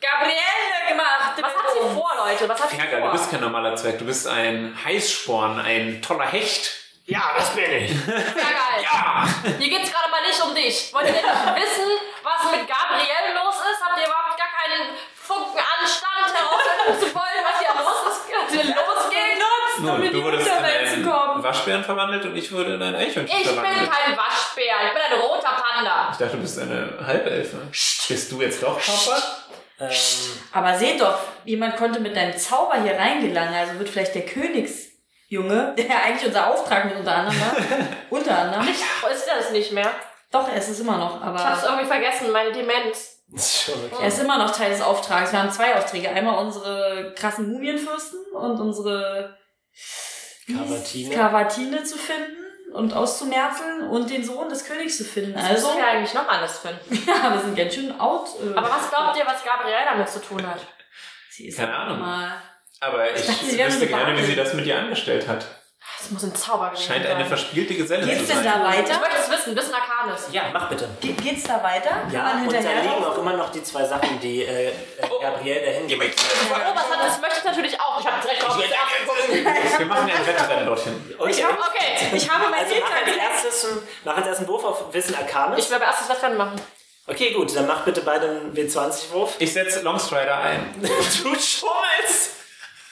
Speaker 5: Gabrielle gemacht?
Speaker 3: Was hat sie vor, Leute? Was hat sie
Speaker 4: Fergal,
Speaker 3: vor?
Speaker 4: du bist kein normaler Zwerg. Du bist ein Heißsporn, ein toller Hecht.
Speaker 2: Ja, das bin ich.
Speaker 3: Fergal.
Speaker 4: Ah!
Speaker 3: Hier geht's gerade mal nicht um dich. Wollt ihr denn nicht wissen, was mit Gabrielle los ist? Habt ihr überhaupt gar keinen Funken Anstand herausfinden zu wollen, was hier los ist? Was hier losgeht?
Speaker 5: Genutzt, um
Speaker 4: Nun,
Speaker 5: in die
Speaker 4: du wurdest in
Speaker 5: Unterwelt zu
Speaker 4: einen
Speaker 5: kommen.
Speaker 4: Waschbären verwandelt und ich wurde in einen Eichhörnchen
Speaker 3: Ich bin
Speaker 4: verwandelt.
Speaker 3: kein Waschbär, ich bin ein roter Panda.
Speaker 4: Ich dachte, du bist eine Halbelfe. Bist du jetzt doch Papa?
Speaker 2: Ähm,
Speaker 5: Aber seht doch, jemand konnte mit deinem Zauber hier reingelangen. Also wird vielleicht der Königsjunge, *laughs* der eigentlich unser Auftrag mit unter anderem war.
Speaker 3: *laughs*
Speaker 5: unter anderem.
Speaker 3: Ist das nicht mehr?
Speaker 5: Doch, er ist es immer noch, aber.
Speaker 3: Ich hab's irgendwie vergessen, meine Demenz.
Speaker 2: ist schon okay.
Speaker 5: Er ist immer noch Teil des Auftrags. Wir haben zwei Aufträge. Einmal unsere krassen Mumienfürsten und unsere
Speaker 2: Cavatine.
Speaker 5: Kavatine zu finden und auszumerzeln und den Sohn des Königs zu finden.
Speaker 3: Das
Speaker 5: Also,
Speaker 3: müssen wir eigentlich noch alles finden.
Speaker 5: *laughs* ja, wir sind ganz schön out. äh,
Speaker 3: Aber was glaubt ihr, was Gabrielle damit zu tun hat?
Speaker 5: Sie ist
Speaker 4: Keine Ahnung.
Speaker 5: Mal.
Speaker 4: Aber ich
Speaker 5: dachte, sie wäre
Speaker 4: wüsste
Speaker 5: eine
Speaker 4: gerne, wie
Speaker 5: Barbie.
Speaker 4: sie das mit dir angestellt hat.
Speaker 3: Das muss ein Zauber gewesen
Speaker 4: Scheint
Speaker 3: sein.
Speaker 4: eine verspielte Geselle zu
Speaker 5: Geht's denn
Speaker 4: sein.
Speaker 5: da
Speaker 2: halt-
Speaker 3: ich
Speaker 5: weiter?
Speaker 3: möchte es wissen, bis Arcanis.
Speaker 2: Ja, mach bitte.
Speaker 5: Ge geht's da weiter? Kann
Speaker 2: Ja,
Speaker 5: man
Speaker 2: und da
Speaker 5: hinterher?
Speaker 2: liegen auch immer noch die zwei Sachen, die äh, äh, Gabrielle dahin gibt.
Speaker 3: Oh, was hat das möchte ich natürlich auch. Ich hab direkt drauf gedacht.
Speaker 4: Wir machen ein Wettrennen dorthin.
Speaker 2: Okay.
Speaker 3: Okay.
Speaker 5: Ich habe mein
Speaker 2: Also mach als
Speaker 5: Bild
Speaker 2: erstes einen, mach als ersten Wurf auf Wissen
Speaker 3: Ich
Speaker 2: Arcanis.
Speaker 3: will aber erst das Wettrennen machen.
Speaker 2: Okay, gut, dann mach bitte beide einen W20-Wurf.
Speaker 4: Ich setze Longstrider ein.
Speaker 2: Du schummelst!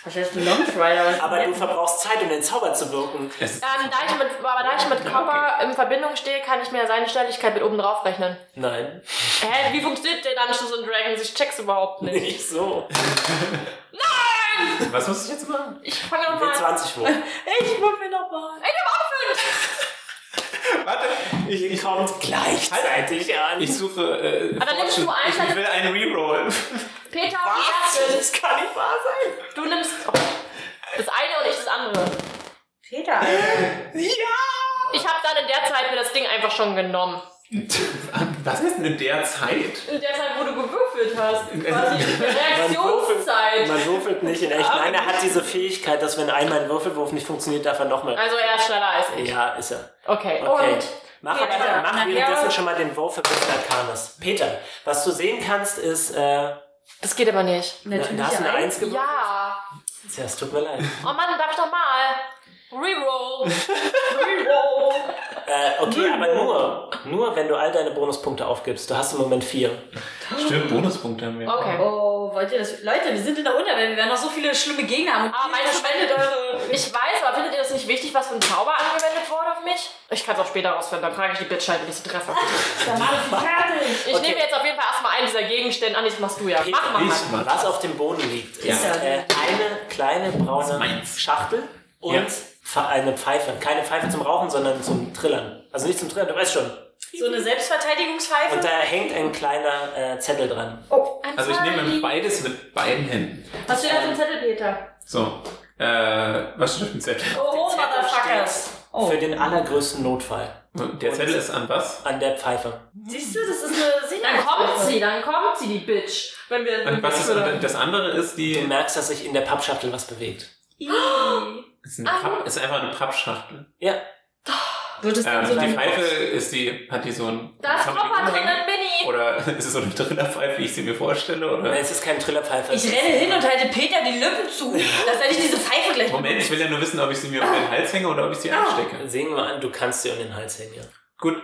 Speaker 5: Was heißt ein Longstrider?
Speaker 2: Aber du verbrauchst Zeit, um den Zauber zu wirken.
Speaker 4: Es ist
Speaker 3: Ähm, da ich mit, aber da ich mit Copper in Verbindung stehe, kann ich mir seine Stelligkeit mit oben drauf rechnen.
Speaker 2: Nein. *laughs*
Speaker 3: Hä, wie funktioniert denn dann Dungeons and Dragons? Ich check's überhaupt nicht.
Speaker 2: *laughs* Nicht so.
Speaker 4: Was muss ich jetzt machen?
Speaker 3: Ich fange nochmal an.
Speaker 2: W20-Wurf.
Speaker 5: Ich würfel nochmal.
Speaker 3: Ich hab auch fünf!
Speaker 4: Warte, ich, ich,
Speaker 2: Kommt gleichzeitig an.
Speaker 4: ich suche. Äh,
Speaker 3: dann nimmst du
Speaker 4: Fortune.
Speaker 3: einen,
Speaker 4: ich will einen Reroll.
Speaker 3: Peter, die erste.
Speaker 2: Das kann nicht wahr sein.
Speaker 3: Du nimmst oh, das eine und ich das andere.
Speaker 5: Peter, Alter.
Speaker 3: Ich habe dann in der Zeit mir das Ding einfach schon genommen.
Speaker 4: Was ist denn in der Zeit?
Speaker 3: In der Zeit, wo du gewürfelt hast.
Speaker 4: quasi
Speaker 2: Man würfelt, man würfelt nicht in echt. Nein, er hat diese Fähigkeit, dass wenn einmal ein Würfelwurf nicht funktioniert, darf er nochmal.
Speaker 3: Also er ist schneller als ich.
Speaker 2: Ja, ist er.
Speaker 3: Okay.
Speaker 2: Okay.
Speaker 3: Und
Speaker 2: Mach,
Speaker 5: Ja,
Speaker 2: aber,
Speaker 5: ja.
Speaker 2: mach
Speaker 5: Na,
Speaker 2: währenddessen
Speaker 5: ja.
Speaker 2: schon mal den Wurf für Wissen Arcanis. Peter, was du sehen kannst, ist, äh,
Speaker 3: das geht aber nicht.
Speaker 2: na,
Speaker 5: Natürlich
Speaker 2: da hast du eine
Speaker 5: ein.
Speaker 2: Eins gewürfelt.
Speaker 3: Ja.
Speaker 2: Tja, es tut mir leid.
Speaker 3: Oh Mann, darf ich doch mal. Reroll.
Speaker 2: Äh, okay, aber nur, nur wenn du all deine Bonuspunkte aufgibst. Du hast im Moment vier.
Speaker 4: Stimmt, Bonuspunkte haben wir.
Speaker 3: Okay.
Speaker 5: *laughs* Oh, wollt ihr das? Leute, wir sind in der Unterwelt. Wir werden noch so viele schlimme Gegner haben. Und
Speaker 3: Ah, meine spendet eure. Ich weiß, aber findet ihr das nicht wichtig, was für ein Zauber angewendet wurde auf mich? Ich kann es auch später rausfinden, dann frage ich die Bitch halt, wenn ich sie treffe.
Speaker 5: Dann mach ich die fertig.
Speaker 3: Ich nehme jetzt auf jeden Fall erstmal einen dieser Gegenstände. Ach, nee, das machst du ja. Mach mal.
Speaker 4: Ich
Speaker 3: Mann.
Speaker 4: mach
Speaker 2: Was auf dem Boden liegt, ist
Speaker 5: Ja.
Speaker 2: äh, eine kleine braune
Speaker 4: meins.
Speaker 2: Schachtel und
Speaker 4: Ja.
Speaker 2: Pfe- eine Pfeife. Keine Pfeife zum Rauchen, sondern zum Trillern. Also nicht zum Trillern, du weißt schon.
Speaker 5: So eine Selbstverteidigungspfeife.
Speaker 2: Und da hängt ein kleiner äh, Zettel dran.
Speaker 5: oh,
Speaker 4: Also ich nehme beides mit beiden Händen.
Speaker 5: hast du da für einen Zettel, Peter?
Speaker 4: So. Äh, was steht auf dem Zettel?
Speaker 5: Oh,
Speaker 2: Zettel
Speaker 5: Motherfuckers. Oh.
Speaker 2: Für den allergrößten Notfall.
Speaker 4: Und Der
Speaker 2: Und-
Speaker 4: Zettel ist an was?
Speaker 2: An der Pfeife.
Speaker 5: Siehst du, das ist eine
Speaker 3: Dann
Speaker 5: Sicherheit.
Speaker 3: kommt sie, dann kommt sie, die Bitch. Wenn wir.
Speaker 4: Und was ist, und das andere ist
Speaker 2: Du
Speaker 4: die.
Speaker 2: merkst, dass sich in der Pappschachtel was bewegt.
Speaker 5: Ih.
Speaker 4: Ist, eine
Speaker 3: Ah.
Speaker 4: Papp, ist einfach eine Pappschachtel.
Speaker 2: Ja,
Speaker 5: Wird es dann
Speaker 4: Ähm,
Speaker 5: so
Speaker 4: die
Speaker 5: lange
Speaker 4: Pfeife ist die. Hat die so ein.
Speaker 3: Also Da ist
Speaker 4: kann man die
Speaker 3: Koffer drin,
Speaker 4: umhängen?
Speaker 3: dann bin ich.
Speaker 4: Oder *laughs* ist es so eine Trillerpfeife, wie ich sie mir vorstelle?
Speaker 2: Nein,
Speaker 4: Oder?
Speaker 2: es ist kein Trillerpfeife.
Speaker 5: Ich renne hin und halte Peter die Lippen zu, dass er nicht diese Pfeife gleich
Speaker 4: Moment, ich will ja nur wissen, ob ich sie mir um den Hals hänge oder ob ich sie
Speaker 3: Ah.
Speaker 4: anstecke.
Speaker 2: Sehen wir an, du kannst dir um den Hals hängen. Ja.
Speaker 4: Gut,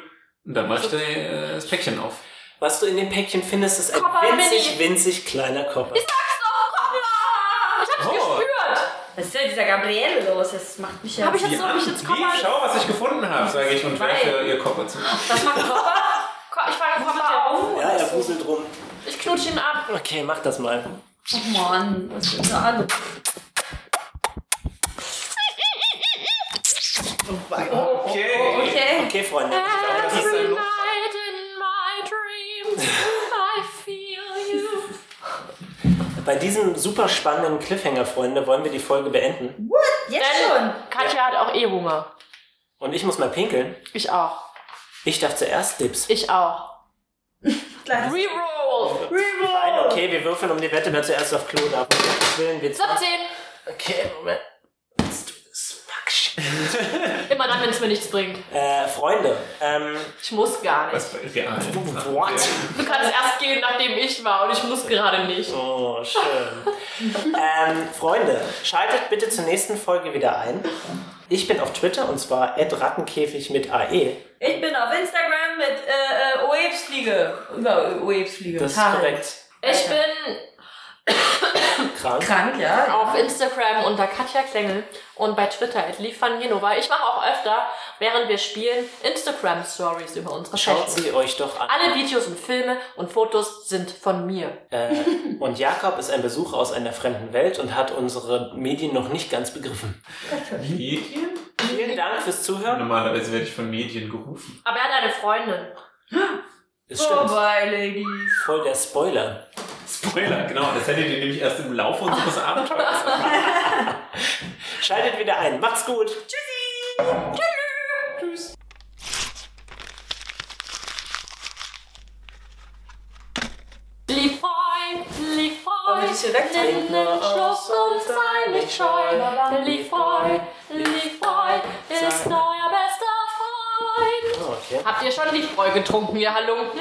Speaker 4: und dann mach ich
Speaker 3: Also-
Speaker 4: da, äh, das Päckchen auf.
Speaker 2: Was du in dem Päckchen findest, ist ein
Speaker 3: Koffer,
Speaker 2: winzig,
Speaker 3: Mini.
Speaker 2: winzig kleiner Koffer.
Speaker 5: Oh,
Speaker 3: Ich hab's
Speaker 4: Oh.
Speaker 3: gespürt.
Speaker 5: Was ist denn dieser Gabriele los? Das macht mich ja.
Speaker 3: Hab ich jetzt
Speaker 4: Die
Speaker 3: so, hab ich jetzt Koffer. Oh,
Speaker 4: Lief, schau, was ich gefunden habe, sage ich und
Speaker 5: Zwei.
Speaker 4: werfe ihr Koffer zu.
Speaker 5: das macht Körper.
Speaker 3: Ko- Ich fange Koffer auf.
Speaker 2: Ja, er wuselt rum.
Speaker 3: Ich knutsche ihn ab.
Speaker 2: Okay, mach das mal.
Speaker 5: *laughs* Oh Mann, was für eine Ahnung.
Speaker 4: Okay.
Speaker 5: Okay.
Speaker 2: Okay, Freunde. Ich glaube, das ist
Speaker 3: Every night in my dreams, I feel you.
Speaker 2: Bei diesem super spannenden Cliffhanger, Freunde, wollen wir die Folge beenden.
Speaker 5: Jetzt schon.
Speaker 3: Katja hat auch eh Hunger.
Speaker 2: Und ich muss mal pinkeln.
Speaker 3: Ich auch.
Speaker 2: Ich darf zuerst Dips.
Speaker 3: Ich auch.
Speaker 5: Kleines-
Speaker 3: Reroll.
Speaker 2: Nein, okay, wir würfeln um die Wette, wer zuerst auf Klo darf. Um Gottes Willen, wir
Speaker 3: 17.
Speaker 2: Okay, Moment. Let's do this. Fuck shit.
Speaker 3: Immer dann, wenn es mir nichts bringt.
Speaker 2: Äh, Freunde, ähm,
Speaker 3: Ich muss gar nicht.
Speaker 4: Was war real?
Speaker 2: what?
Speaker 3: Du kannst erst gehen, nachdem ich war und ich muss gerade nicht.
Speaker 2: Oh, schön. ähm, Freunde, schaltet bitte zur nächsten Folge wieder ein. Ich bin auf Twitter und zwar rattenkäfig mit E. AE.
Speaker 5: Ich bin auf Instagram mit äh, äh, Oebsfliege. Über Oebsfliege.
Speaker 2: Das ist
Speaker 5: Haare.
Speaker 2: korrekt.
Speaker 3: Ich bin
Speaker 2: Krank.
Speaker 5: Krank, ja.
Speaker 3: auf Instagram unter Katja Klengel und bei Twitter at Genova. Ich mache auch öfter, während wir spielen, Instagram-Stories über unsere
Speaker 2: Schaut
Speaker 3: Sessions.
Speaker 2: sie euch doch an.
Speaker 3: Alle Videos und Filme und Fotos sind von mir.
Speaker 2: Äh, und Jakob ist ein Besucher aus einer fremden Welt und hat unsere Medien noch nicht ganz begriffen.
Speaker 4: Medien?
Speaker 2: Vielen Dank fürs Zuhören.
Speaker 4: Normalerweise werde ich von Medien gerufen. *laughs*
Speaker 3: Aber er hat eine Freundin.
Speaker 2: Ist stimmt.
Speaker 5: Vorbei, Ladies.
Speaker 2: Voll der Spoiler.
Speaker 4: Spoiler, genau, das hättet ihr nämlich erst im Laufe unseres Abenteuers erfahren.
Speaker 2: Schaltet wieder ein. Macht's gut.
Speaker 3: Lieb fein, lieb
Speaker 5: Wollen
Speaker 3: fein,
Speaker 5: wir das hier wegtrinken?
Speaker 3: nimm den Schluss und sei nicht scheu. Denn lieb fein, lieb fein ist euer bester Freund.
Speaker 2: Oh, okay.
Speaker 3: Habt ihr schon Liebbräu getrunken, ihr Halunken?